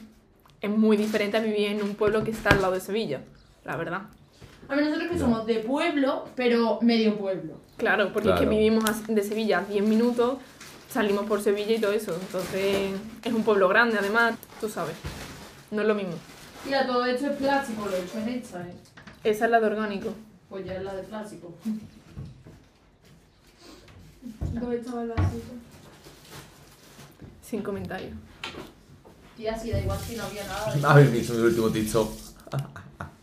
es muy diferente a vivir en un pueblo que está al lado de Sevilla, la verdad. A ver, nosotros que somos de pueblo, pero medio pueblo. Claro, porque es que Claro. vivimos as- de Sevilla a 10 minutos, salimos por Sevilla y todo eso. Entonces, es un pueblo grande, además, tú sabes. No es lo mismo. Mira, todo esto es plástico, lo he hecho en esta, ¿eh? Esa es la de orgánico. Pues ya es la de plástico. ¿Dónde estaba el vasito? Sin comentarios. Tía, si da igual si no había nada. ¿No habéis visto mi último TikTok?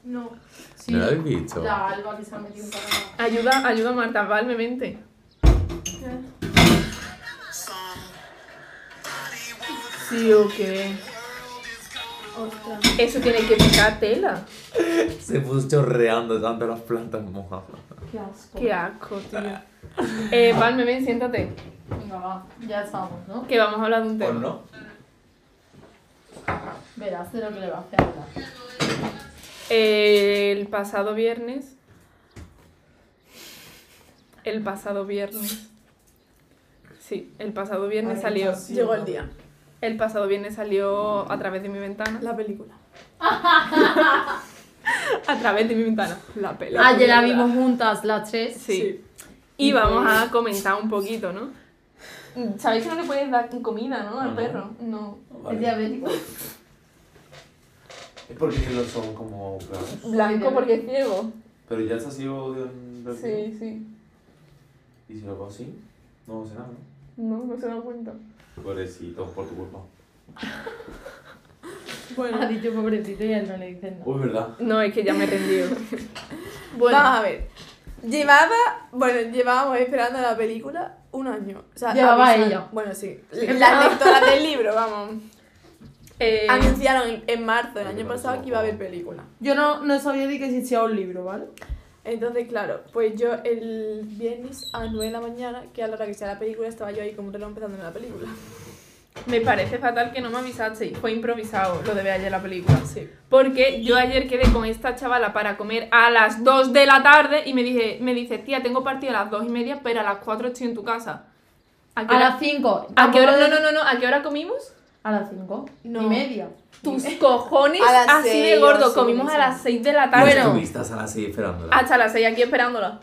No. Sí, ¿No lo habéis visto? la alba que se ha metido un para... Ayuda, ayuda Marta, valmemente. Sí o qué. Eso tiene que picar tela. Se puso chorreando tanto las plantas mojadas. Qué asco. Qué asco, tío. Eh, Valme, ven, siéntate. Venga, va, ya estamos, ¿no? Que vamos a hablar de un ¿O tema. no? Verás de lo que le va a hacer ahora. El pasado viernes. El pasado viernes. Sí, el pasado viernes salió. Llegó el día. El pasado viernes salió a través de mi ventana. La película. A través de mi ventana. La película. Ayer la vimos juntas las tres. Sí. Y vamos a comentar un poquito, ¿no? Sabéis que no le puedes dar comida, ¿no? Al No. perro. No. Es diabético. Es porque no son como claros. Blanco porque es ciego. Pero ya está ciego de un... Ah, de un- Sí, sí. Y si lo hago así, no hace nada, ¿no? No, no se da cuenta. Pobrecito, por tu culpa. Ha dicho pobrecito y él no le dice nada. Uy, verdad. No, es que ya me he rendido. Bueno. Vamos a ver. Llevaba, bueno, llevábamos esperando la película un año. O sea, Llevaba avisaron- ella. Bueno, sí. Las lectoras del libro, vamos. Eh, Anunciaron en- en marzo del Ay, año me parece pasado que iba a guapo. haber película. Yo no, no sabía ni que existía un libro, ¿vale? Entonces, claro, pues yo el viernes a 9 de la mañana, que a la hora que sea la película, estaba yo ahí como un reloj empezando la película. Me parece fatal que no me avisasteis. Fue improvisado lo de ver ayer la película. Porque yo ayer quedé con esta chavala para comer a las 2 de la tarde y me dije, me dice, tía, tengo partido a las 2 y media, pero a las 4 estoy en tu casa. ¿A qué A hora? las 5. ¿A qué hora? No, no, no, no. ¿A qué hora comimos? A las 5. No. Y media. Tus cojones A las así de seis, gordo. sí, Comimos a sí. las 6 de la tarde. Ah, Y estuviste a las 6 esperándola. Hasta las 6 aquí esperándola.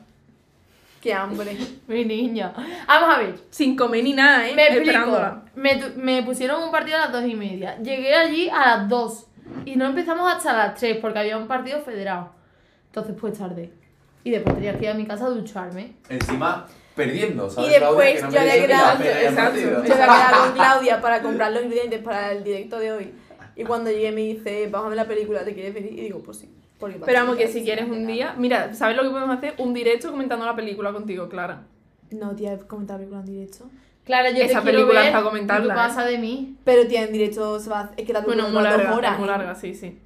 Qué hambre. Mi niña. Vamos a ver. Sin comer ni nada, ¿eh? Me explico. Esperándola. Me, tu- me pusieron un partido a las dos y media. Llegué allí a las dos. Y no empezamos hasta las tres porque había un partido federado. Entonces, pues tarde. Y después tenía que ir a mi casa a ducharme. Encima, perdiendo, ¿sabes? Y Claudia? después Que no yo merece le ni la grabo- pena del exacto. partido. Yo me he quedado con Claudia para comprar los ingredientes para el directo de hoy. Y cuando llegué me dice, vamos a ver la película, ¿te quieres venir? Y digo, pues sí. Porque Pero vamos, que si quieres un día. Mira, ¿sabes lo que podemos hacer? Un directo comentando la película contigo, Clara. No, tía, he comentado la película en directo. Claro, yo Esa te quiero película ver, es para comentarla, ¿Qué ¿eh? pasa de mí? Pero tía, en directo se va a hacer- Es que la Bueno, película es muy dura larga, dos horas. ¿eh? es muy larga, sí, sí.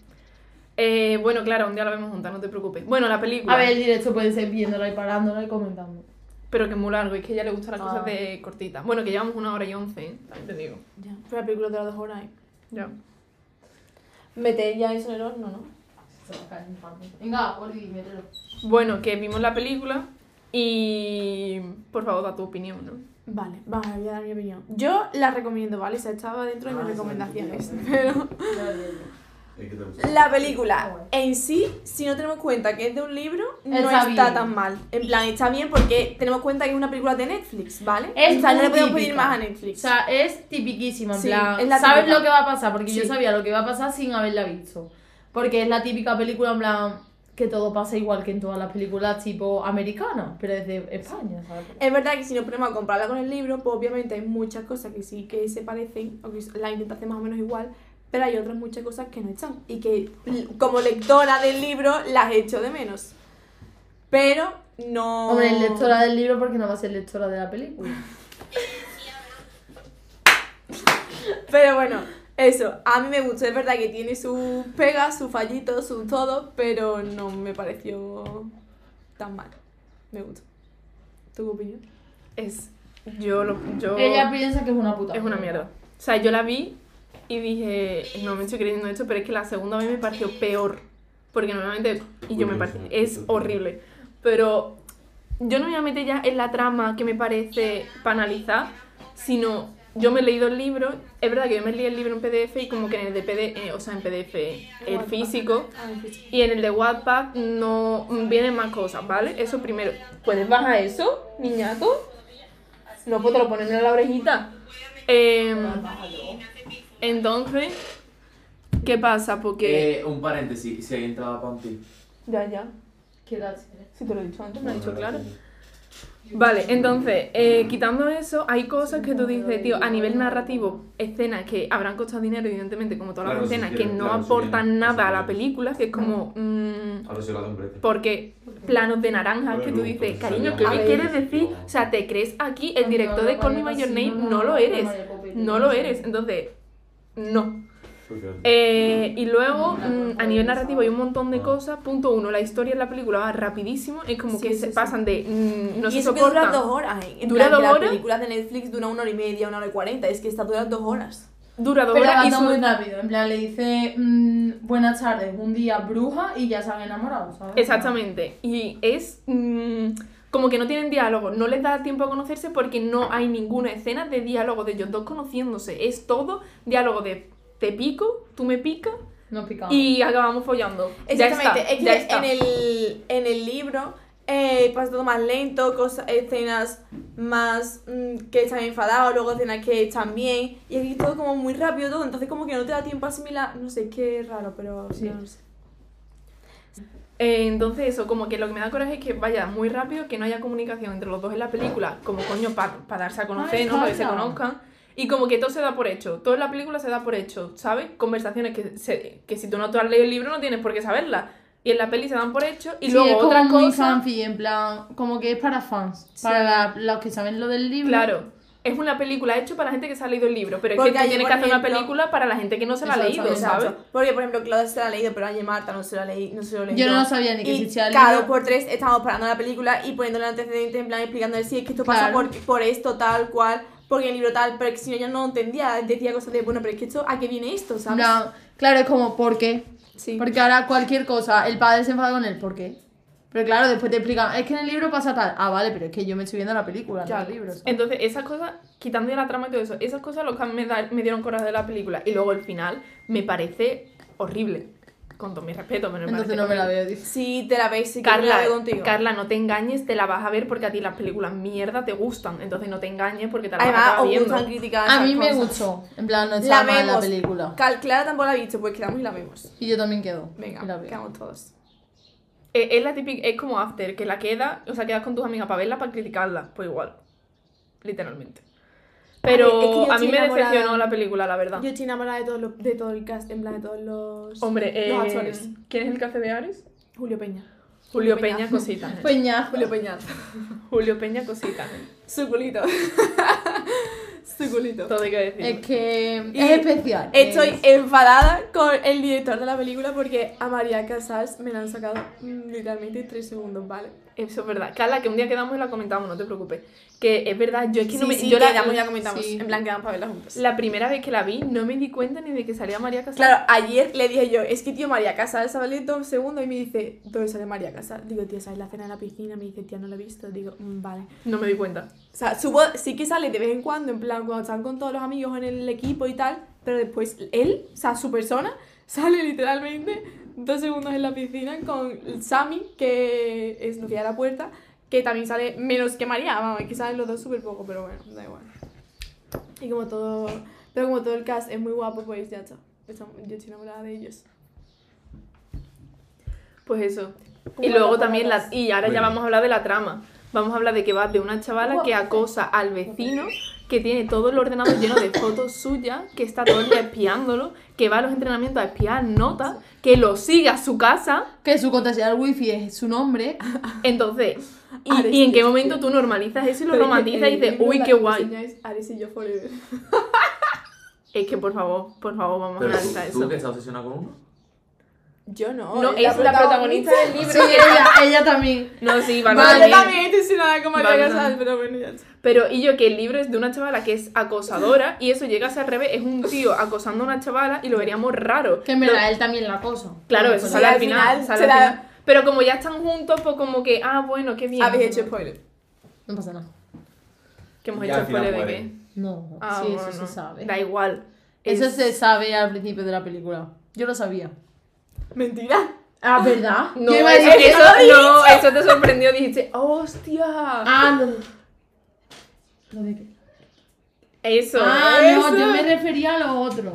Eh, bueno, claro, un día la vemos juntas, no te preocupes. Bueno, la película. A ver, el directo puede ser viéndola y parándola y comentando. Pero que es muy largo, es que a ella le gustan las Ah. cosas de cortita. Bueno, que llevamos una hora y once, ¿eh? También te digo. Ya, Pero la película dura dos horas. ¿eh? Ya. Meter ya eso en el horno, ¿no? Se va a caer mi parte. Venga, Oli, mételo. Bueno, que vimos la película y. Por favor, da tu opinión, ¿no? Vale, vamos, voy a dar mi opinión. Yo la recomiendo, ¿vale? Se estaba dentro de mis recomendaciones. Pero Es que te gusta. la película en sí, si no tenemos cuenta que es de un libro, no Está está bien. tan mal. En plan, está bien porque tenemos cuenta que es una película de Netflix, ¿vale? Es o sea, no muy le podemos pedir típica. más a O Netflix. sea, es tipiquísima, en Sí, plan, es la sabes típica. lo que va a pasar, porque yo Sí. sabía lo que iba a pasar sin haberla visto. Porque es la típica película, en plan, que todo pasa igual que en todas las películas tipo americanas, pero desde España, ¿sabes? es verdad que si nos ponemos a compararla con el libro, pues obviamente hay muchas cosas que sí que se parecen, o que la intentan hacer más o menos igual, pero hay otras muchas cosas que no están y que l- como lectora del libro las echo de menos. Pero no... Hombre, Oh. es lectora del libro porque no va a ser lectora de la película. Pero bueno, eso, a mí me gustó, es verdad que tiene sus pegas, sus fallitos, sus todo, pero no me pareció tan mal. Me gustó. ¿Tu opinión? Es. Yo lo. Yo... Ella piensa que es una puta. Oh. Es una mierda. O sea, yo la vi y dije, no me estoy creyendo esto, pero es que la segunda vez me pareció peor. Porque normalmente, y yo me parece, es horrible. Pero yo no me voy a meter ya en la trama que me parece para analizar, sino yo me he leído el libro. Es verdad que yo me leí el libro en PDF y como que en el de PDF, eh, o sea, en PDF, el físico, y en el de Wattpad no vienen más cosas, ¿vale? Eso primero. ¿Puedes bajar eso, niñato? No, pues te lo ponen en la orejita. Em, entonces, ¿qué pasa? Porque... Eh, un paréntesis, si hay entrada para ti. Ya, ya. ¿Qué edad Si te lo he dicho antes, me lo he dicho claro. Vale, entonces, eh, quitando eso, hay cosas que tú dices, tío, a nivel narrativo, escenas que habrán costado dinero, evidentemente, como todas las Claro, sí, escenas, que quiero- no claro, sí, aportan bien, nada a la sí, bien. película, que es como... mm, Ahora sí lo hace un precio. porque planos de naranjas que tú dices, cariño, ¿qué me quieres decir? O sea, ¿te crees aquí el director de Call Me By Your Name? No lo eres. No lo eres. Entonces, no. Eh, y luego, mm, a nivel narrativo hay un montón de cosas. Punto uno, la historia en la película va rapidísimo. Es como Sí, que sí, se sí. pasan de... mm, no y se eso que dura soportan. dos horas, ¿eh? En ¿Dura plan, que dos las horas? películas de Netflix dura una hora y media, una hora y cuarenta, es que esta dura dos horas. Dura dos Pero horas y avanza muy su- rápido, en plan, le dice, mm, buenas tardes, un día bruja y ya se han enamorado, ¿sabes? Exactamente. Y es mm, como que no tienen diálogo, no les da tiempo a conocerse porque no hay ninguna escena de diálogo de ellos dos conociéndose. Es todo diálogo de te pico, tú me picas Nos picamos. y acabamos follando. Ya Exactamente, está, es que ya está. En, el, en el libro eh, pasa todo más lento, cosas, escenas más mm, que están enfadados, luego escenas que están bien, y aquí todo como muy rápido, todo, entonces como que no te da tiempo a asimilar, no sé, qué raro, pero sí. no sé. Eh, entonces eso, como que lo que me da coraje es que vaya muy rápido, que no haya comunicación entre los dos en la película, como coño, para darse a conocer, Ay, ¿no? Para que se claro. conozcan. Y como que todo se da por hecho, todo en la película se da por hecho, ¿sabes? Conversaciones que, se- que si tú no te has leído el libro no tienes por qué saberlas. Y en la peli se dan por hecho y Sí, luego es como otra muy cosa... fanfic, en plan, como que es para fans, para la- los que saben lo del libro. Claro, es una película hecha para la gente que se ha leído el libro, pero es Porque que allí, tú tienes por que hacer una ejemplo- película para la gente que no se la ha leído, ¿sabes? Exacto. Porque, por ejemplo, Claudia se la ha leído, pero Angie Marta no se la ha leído. No se lo ha Yo leído. no sabía ni que y existía el cada libro. dos por tres estamos parando la película y poniéndole antecedentes en plan explicándole si es que esto pasa Claro. por, por esto, tal cual, porque el libro tal, pero que si no yo no entendía, decía cosas de, bueno, pero es que esto, ¿a qué viene esto? En ¿Sabes? plan, claro, es como, ¿por qué? Sí. Porque ahora cualquier cosa, el padre se enfada con él, ¿por qué? Pero claro, después te explican, es que en el libro pasa tal. Ah, vale, pero es que yo me estoy viendo la película, no el libro. ¿sabes? Entonces, esas cosas, quitando ya la trama y todo eso, esas cosas lo que a mí me, da- me dieron coraje de la película. Y luego el final me parece horrible. Con todo mi respeto, pero me Entonces parece no me la horrible. veo, tío. Si te la veis, si Carla, la veo contigo. Carla, no te engañes, te la vas a ver porque a ti las películas mierda te gustan. Entonces no te engañes porque te las vas a Además, acabar os viendo. gustan criticar. A mí esas me cosas. gustó. En plan, no La estaba mal la vemos. película. Cal- Clara tampoco la ha visto, pues quedamos y la vemos. Y yo también quedo. Venga, Y la veo. quedamos todos. Eh, Es, la típica, es como After, que la queda, o sea, quedas con tus amigas para verla, para criticarla, pues igual, literalmente. Pero A mí- es que yo a mí estoy me enamorada. decepcionó la película, la verdad. Yo estoy enamorada de, todos los- de todo el cast, en plan de todos los. Hombre, eh, Los actores. ¿quién es el que hace de Ares? Julio Peña. Julio Peña, cosita. eh. Peña. Julio Peña. pues Julio Peña, cosita. eh. Su culito. Su culito. Todo hay que decir. Es que Y es especial. Eh, Estoy Es- enfadada con el director de la película porque a María Casals me la han sacado mm, literalmente tres segundos, ¿vale? Eso es verdad. Carla, que un día quedamos y la comentamos, no te preocupes. Que es verdad, yo es que no Sí, me. sí, yo la, quedamos y la comentamos. sí. En plan, quedamos para verla juntos. la primera vez que la vi, no me di cuenta ni de que salía María Casal. Claro, ayer le dije yo, es que tío, María Casals sale dos segundos y me dice, ¿dónde sale María Casals? Digo, tío, ¿sabes la cena de la piscina? Me dice, tía, no la he visto. Digo, "Mm, vale. No me di cuenta. O sea, su voz sí que sale de vez en cuando, en plan, cuando están con todos los amigos en el equipo y tal, pero después él, o sea, su persona, sale literalmente dos segundos en la piscina con Sammy, que es lo que hay a la puerta, que también sale menos que María, vamos, es que salen los dos súper poco, pero bueno, da igual. Y como todo, pero como todo el cast es muy guapo, pues ya está. Estamos- Yo estoy enamorada de ellos. Pues eso. Como Y luego las también la. patatas. Y ahora ya Bueno. vamos a hablar de la trama. Vamos a hablar de que va de una chavala que acosa al vecino, que tiene todo el ordenador lleno de fotos suyas, que está todo el día espiándolo, que va a los entrenamientos a espiar notas, que lo sigue a su casa. Que su contraseña al wifi es su nombre. Entonces, ¿y, Ares, y en qué tío. momento tú normalizas eso y lo Pero es que romantizas en y el dices, libro uy, la qué guay? reseña es Ares y yo forever. Es que por favor, por favor, vamos a Pero tú, analizar tú eso. que estás obsesionada con uno. Yo no. No, es la protagonista del libro. Sí, ella, ella también. No, sí, vale, Vale, vale. yo también estoy sin nada como Vale, María vale. Casals, pero bueno, ya está. Pero, y yo, que el libro es de una chavala que es acosadora y eso llega a ser al revés, es un tío acosando a una chavala y lo veríamos raro. Que en Lo- verdad él también la cosa. Claro, eso Sí, sale al al final. final sale al será- final. Pero como ya están juntos, pues como que, ah, bueno, qué bien. Habéis hecho spoiler. No pasa nada. Que hemos Y hecho al final spoiler de muere. qué. No, Ah, sí, eso bueno, se sabe. Da igual. Eso Es- se sabe al principio de la película. Yo lo sabía. Mentira. Ah, ¿verdad? No, Yo iba a eso, decir- eso- no, eso te sorprendió, dijiste, ¡hostia! Ah, lo de... Lo de qué? Eso. Ah, eso. no, yo me refería a lo otro.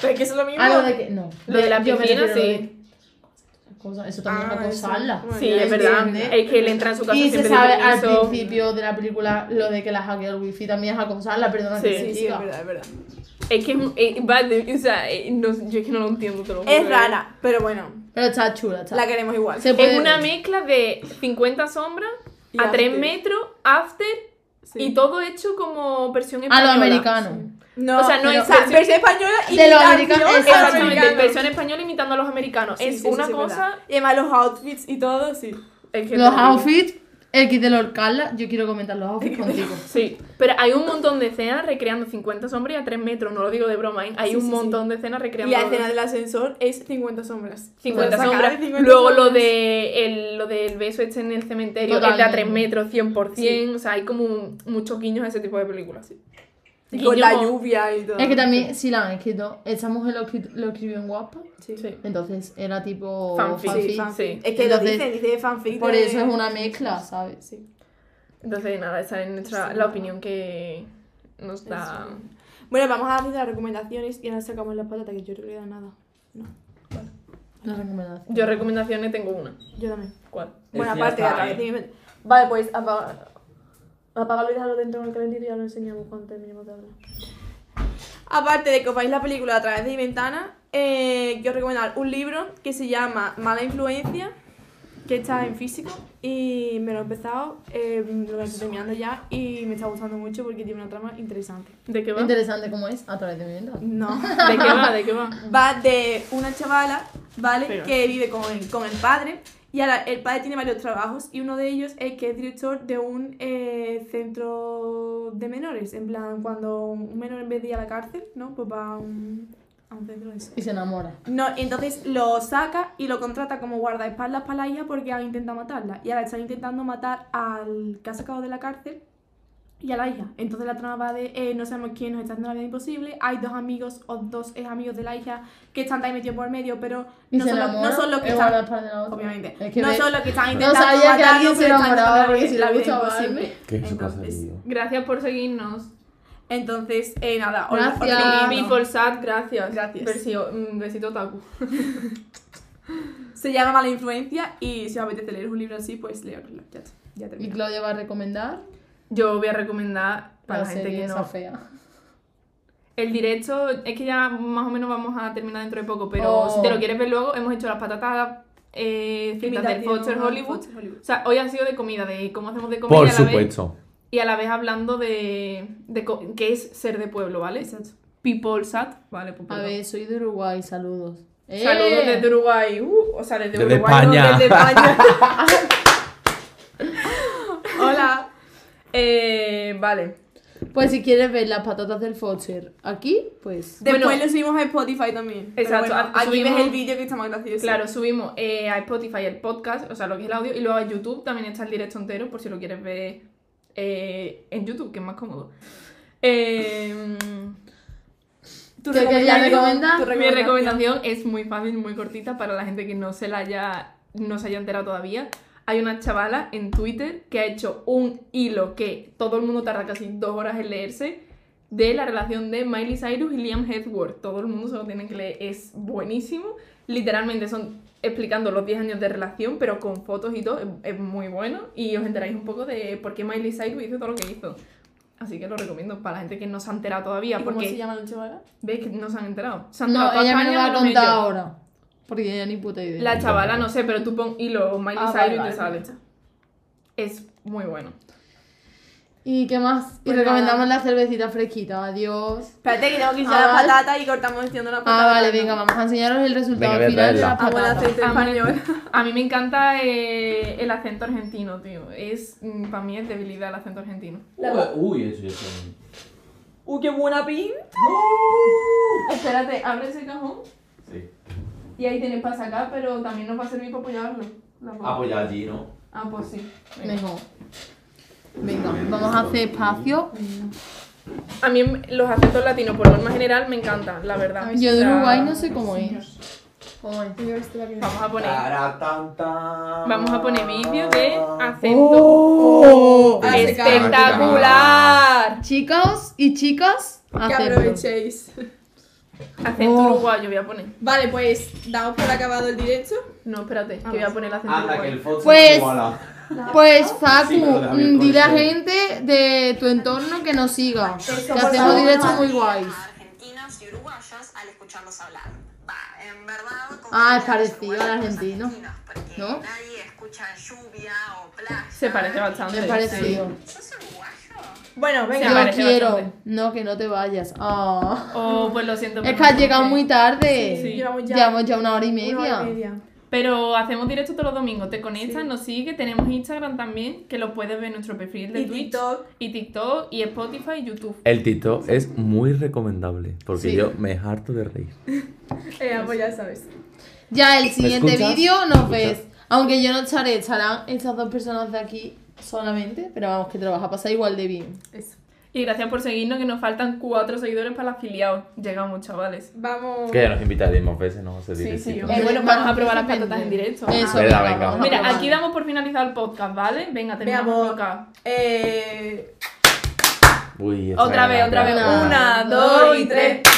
Pero es que eso es lo mismo. Ah, lo de que... No. Lo de la Yo me piscina, refiero a lo sí. de- Cosa- Eso también es Ah, eso. acosarla. Bueno, Sí, ya es verdad. entiende. Es que él entra en su casa Y se siempre sabe de al permiso. principio de la película lo de que la hackea el wifi también es acosarla, perdona Sí, Sí, que se sí, es diga. verdad, es verdad. Es que es un- eh, vale, o sea, eh, no, yo es que no lo entiendo te lo juro. Es rara, pero bueno, Pero está chula, está. la queremos igual. Se puede Es una ver. mezcla de 50 sombras Y a 3 After. metros, after Sí. y todo hecho como versión A lo española. americano. No, o sea, no pero- es versión- versión española y De los la americanos, acción Exactamente, americana. versión española imitando a los americanos. Sí, es sí, una sí, es cosa. verdad. Y además los outfits y todo, sí. es que te lo Los juro. outfits, el kit de Lord Carla, yo quiero comentar los outfits contigo. Sí, pero hay un montón de escenas recreando 50 sombras y a 3 metros, no lo digo de broma, ¿eh? hay Sí, un sí, montón de escenas Y recreando la escena del ascensor es 50 sombras. 50 Sacar sombras. 50 Luego sombras. lo de el, lo del beso este en el cementerio, el de a Totalmente. 3 metros, 100%. O sea, hay como un- muchos guiños a ese tipo de películas. Y con la Guiño- lluvia y todo. Es que también, si la han escrito, esa mujer lo, escri- lo escribió en guapa, Sí. Sí. entonces era tipo Fanfic. Sí, fanfic. fanfic. Sí. Es que Entonces, lo dice, dice fanfic. Por de- eso es una mezcla, ¿sabes? Sí. Entonces, nada, esa es nuestra, Sí. la opinión que nos da. Eso. Bueno, vamos a hacer las recomendaciones y ahora sacamos las patatas, que yo creo que da nada. La recomendación. Yo recomendaciones tengo una. Yo también. ¿Cuál? Bueno, Decía aparte, a Zara, través de mi- Vale, pues apaga- apagalo y déjalo dentro del calentito y ya lo enseñamos cuando terminemos de hablar. Aparte de que os vais la película a través de mi ventana, eh, quiero recomendar un libro que se llama Mala Influencia, que está en físico y me lo he empezado, eh, lo estoy terminando ya y me está gustando mucho porque tiene una trama interesante. ¿De qué va? ¿De Interesante como es, a través de mi ventana. No. qué va? ¿De qué va? va de una chavala, ¿vale? Venga. Que vive con el, con el padre. Y ahora el padre tiene varios trabajos y uno de ellos es que es director de un eh, centro de menores. En plan, cuando un menor en vez de ir a la cárcel, ¿no? Pues va a un, a un centro de eso. Y se enamora. No, y entonces lo saca y lo contrata como guardaespaldas para la hija porque han intentado matarla. Y ahora están intentando matar al que ha sacado de la cárcel y a la hija. Entonces la trama va de eh, no sabemos quién nos está haciendo la vida imposible. Hay dos amigos o dos ex amigos de la hija que están ahí metidos por medio, pero Y no se son, los, no enamoran, son los que es están. guardar para la otra. Obviamente. Es que no ve- son los que están No intentando. sabía que matarlo, alguien se pero están enamoraba intentando porque si la vida le gustaba a imposible. alguien. ¿Qué es eso pasa Entonces, Gracias por seguirnos. Entonces, eh, nada. os- os Gracias. leí, ¿no? People Sad, Ah, gracias. Gracias. Besito, mm, besito Taku. Se llama Mala Influencia y si os apetece leer un libro así, pues leerlo. Ya, está, ya Y termino. Claudia va a recomendar Yo voy a recomendar para la la gente serie que esa no. fea. El directo es que ya más o menos vamos a terminar dentro de poco, pero Oh. si te lo quieres ver luego, hemos hecho las patatas eh, fritas Invitación del Foster al Hollywood. Foster Hollywood. O sea, hoy ha sido de comida, de cómo hacemos de comida Por a la vez. supuesto. Y a la vez hablando de, de co- qué es ser de pueblo, ¿vale? People Sad, ¿vale? Pues, A perdón. ver, soy de Uruguay, saludos. Saludos ¡Eh! desde Uruguay. Uh, o sea, desde, Desde Uruguay, España. no, desde España. Hola. Eh, vale. Pues si quieres ver las patatas del Foster aquí, pues... Después Bueno. lo subimos a Spotify también. Pero Exacto, bueno, a- aquí subimos- ves el vídeo que está más gracioso. Claro, subimos eh, a Spotify el podcast, o sea, lo que es el audio, y luego a YouTube también está el directo entero, por si lo quieres ver eh, en YouTube, que es más cómodo. Eh, ¿Tú ¿Qué querías recomendar? Ah, mi recomendación es muy fácil, muy cortita, para la gente que no se la haya, no se haya enterado todavía. Hay una chavala en Twitter que ha hecho un hilo que todo el mundo tarda casi dos horas en leerse de la relación de Miley Cyrus y Liam Hemsworth. Todo el mundo se lo tiene que leer, es buenísimo. Literalmente son explicando los 10 años de relación, pero con fotos y todo, es, es muy bueno. Y os enteráis un poco de por qué Miley Cyrus hizo todo lo que hizo. Así que lo recomiendo para la gente que no se ha enterado todavía. ¿Y porque cómo se llama la chavala? ¿Ves que no se han enterado? Se han No, enterado toda ella me lo España, va a menos contar ellos. ahora. Porque ella ni puta idea. La chavala, no sé, pero tú pon hilo Miley Ah, Cyrus vale, y te vale. sale. Es muy bueno. ¿Y qué más? y Pues recomendamos la cervecita fresquita. Adiós. Espérate, que tengo que echar Ah, las vale. patatas y cortamos echando las patatas. Ah, vale, venga, vamos a enseñaros el resultado Venga, voy a final de la traerla. Ah, bueno, patata. aceite Ah, español. A mí me encanta eh, el acento argentino, tío. Es, para mí es debilidad el acento argentino. Uy, eso ya está. Uy, qué buena pinta. Espérate, abre ese cajón Sí. y ahí tienes para sacar, pero también nos va a servir para apoyarlo. La Ah, boca. pues ya allí, ¿no? Ah, pues sí. Venga. Mejor. Venga, vamos a hacer espacio. A mí los acentos latinos, por norma general, me encantan, la verdad. Yo O de sea, Uruguay no sé cómo es. ¿Cómo es? Vamos a poner, Ah. Vamos vamos a poner vídeo de Oh. acento. Oh, Espectacular. ¡Espectacular! Chicos y chicas, Que hacerlo. aprovechéis. Acento Oh. uruguayo voy a poner. Vale, pues damos por acabado el directo. No, espérate, Ah, que voy a poner el Ah, acento Anda, que el uruguayo. Fox Pues- es igual Pues Sí, pero Facu, la mm, dile a virtualización. gente de tu entorno que nos siga. Que por hacemos favor, directos muy guays. Argentinos y uruguayos al escucharlos hablar. Va, en verdad. confundir Ah, es a los parecido al uruguayos con los argentino, argentinos, porque ¿no? Nadie escucha lluvia o playa. Se parece bastante. Me pareció. ¿Sos uruguayo? Bueno, venga. Sí, Yo parece quiero. bastante. No, que no te vayas. Ah. Oh, pues lo siento. Es que pero has llegado muy tarde. Sí, sí. Llevamos ya- Llevamos ya una hora y Una hora y media. media. Pero hacemos directo todos los domingos. Te conectas, nos sigue. Tenemos Instagram también, que lo puedes ver en nuestro perfil de Y Twitch. TikTok. Y TikTok, y Spotify, y YouTube. El Tito es muy recomendable porque Sí. yo me harto de reír. Eh, pues ya sabes. Ya el siguiente escuchas? vídeo nos ¿Me ves. Aunque yo no estaré, estarán estas dos personas de aquí solamente. Pero vamos, que te lo vas a pasar igual de bien. Y gracias por seguirnos, que nos faltan cuatro seguidores para el afiliado. Llegamos, chavales. Vamos. Que ya nos invitaremos veces, no se Sí, sí. directito. Eh, bueno, Más vamos a probar las difícilmente. patatas en directo. Eso, Venga, venga, venga. vamos a Mira, probar. aquí damos por finalizado el podcast, ¿vale? Venga, terminamos el Veamos. podcast. Eh, Uy, esta Otra vez, era otra vez. brava. Una, Dos dos y y tres. tres.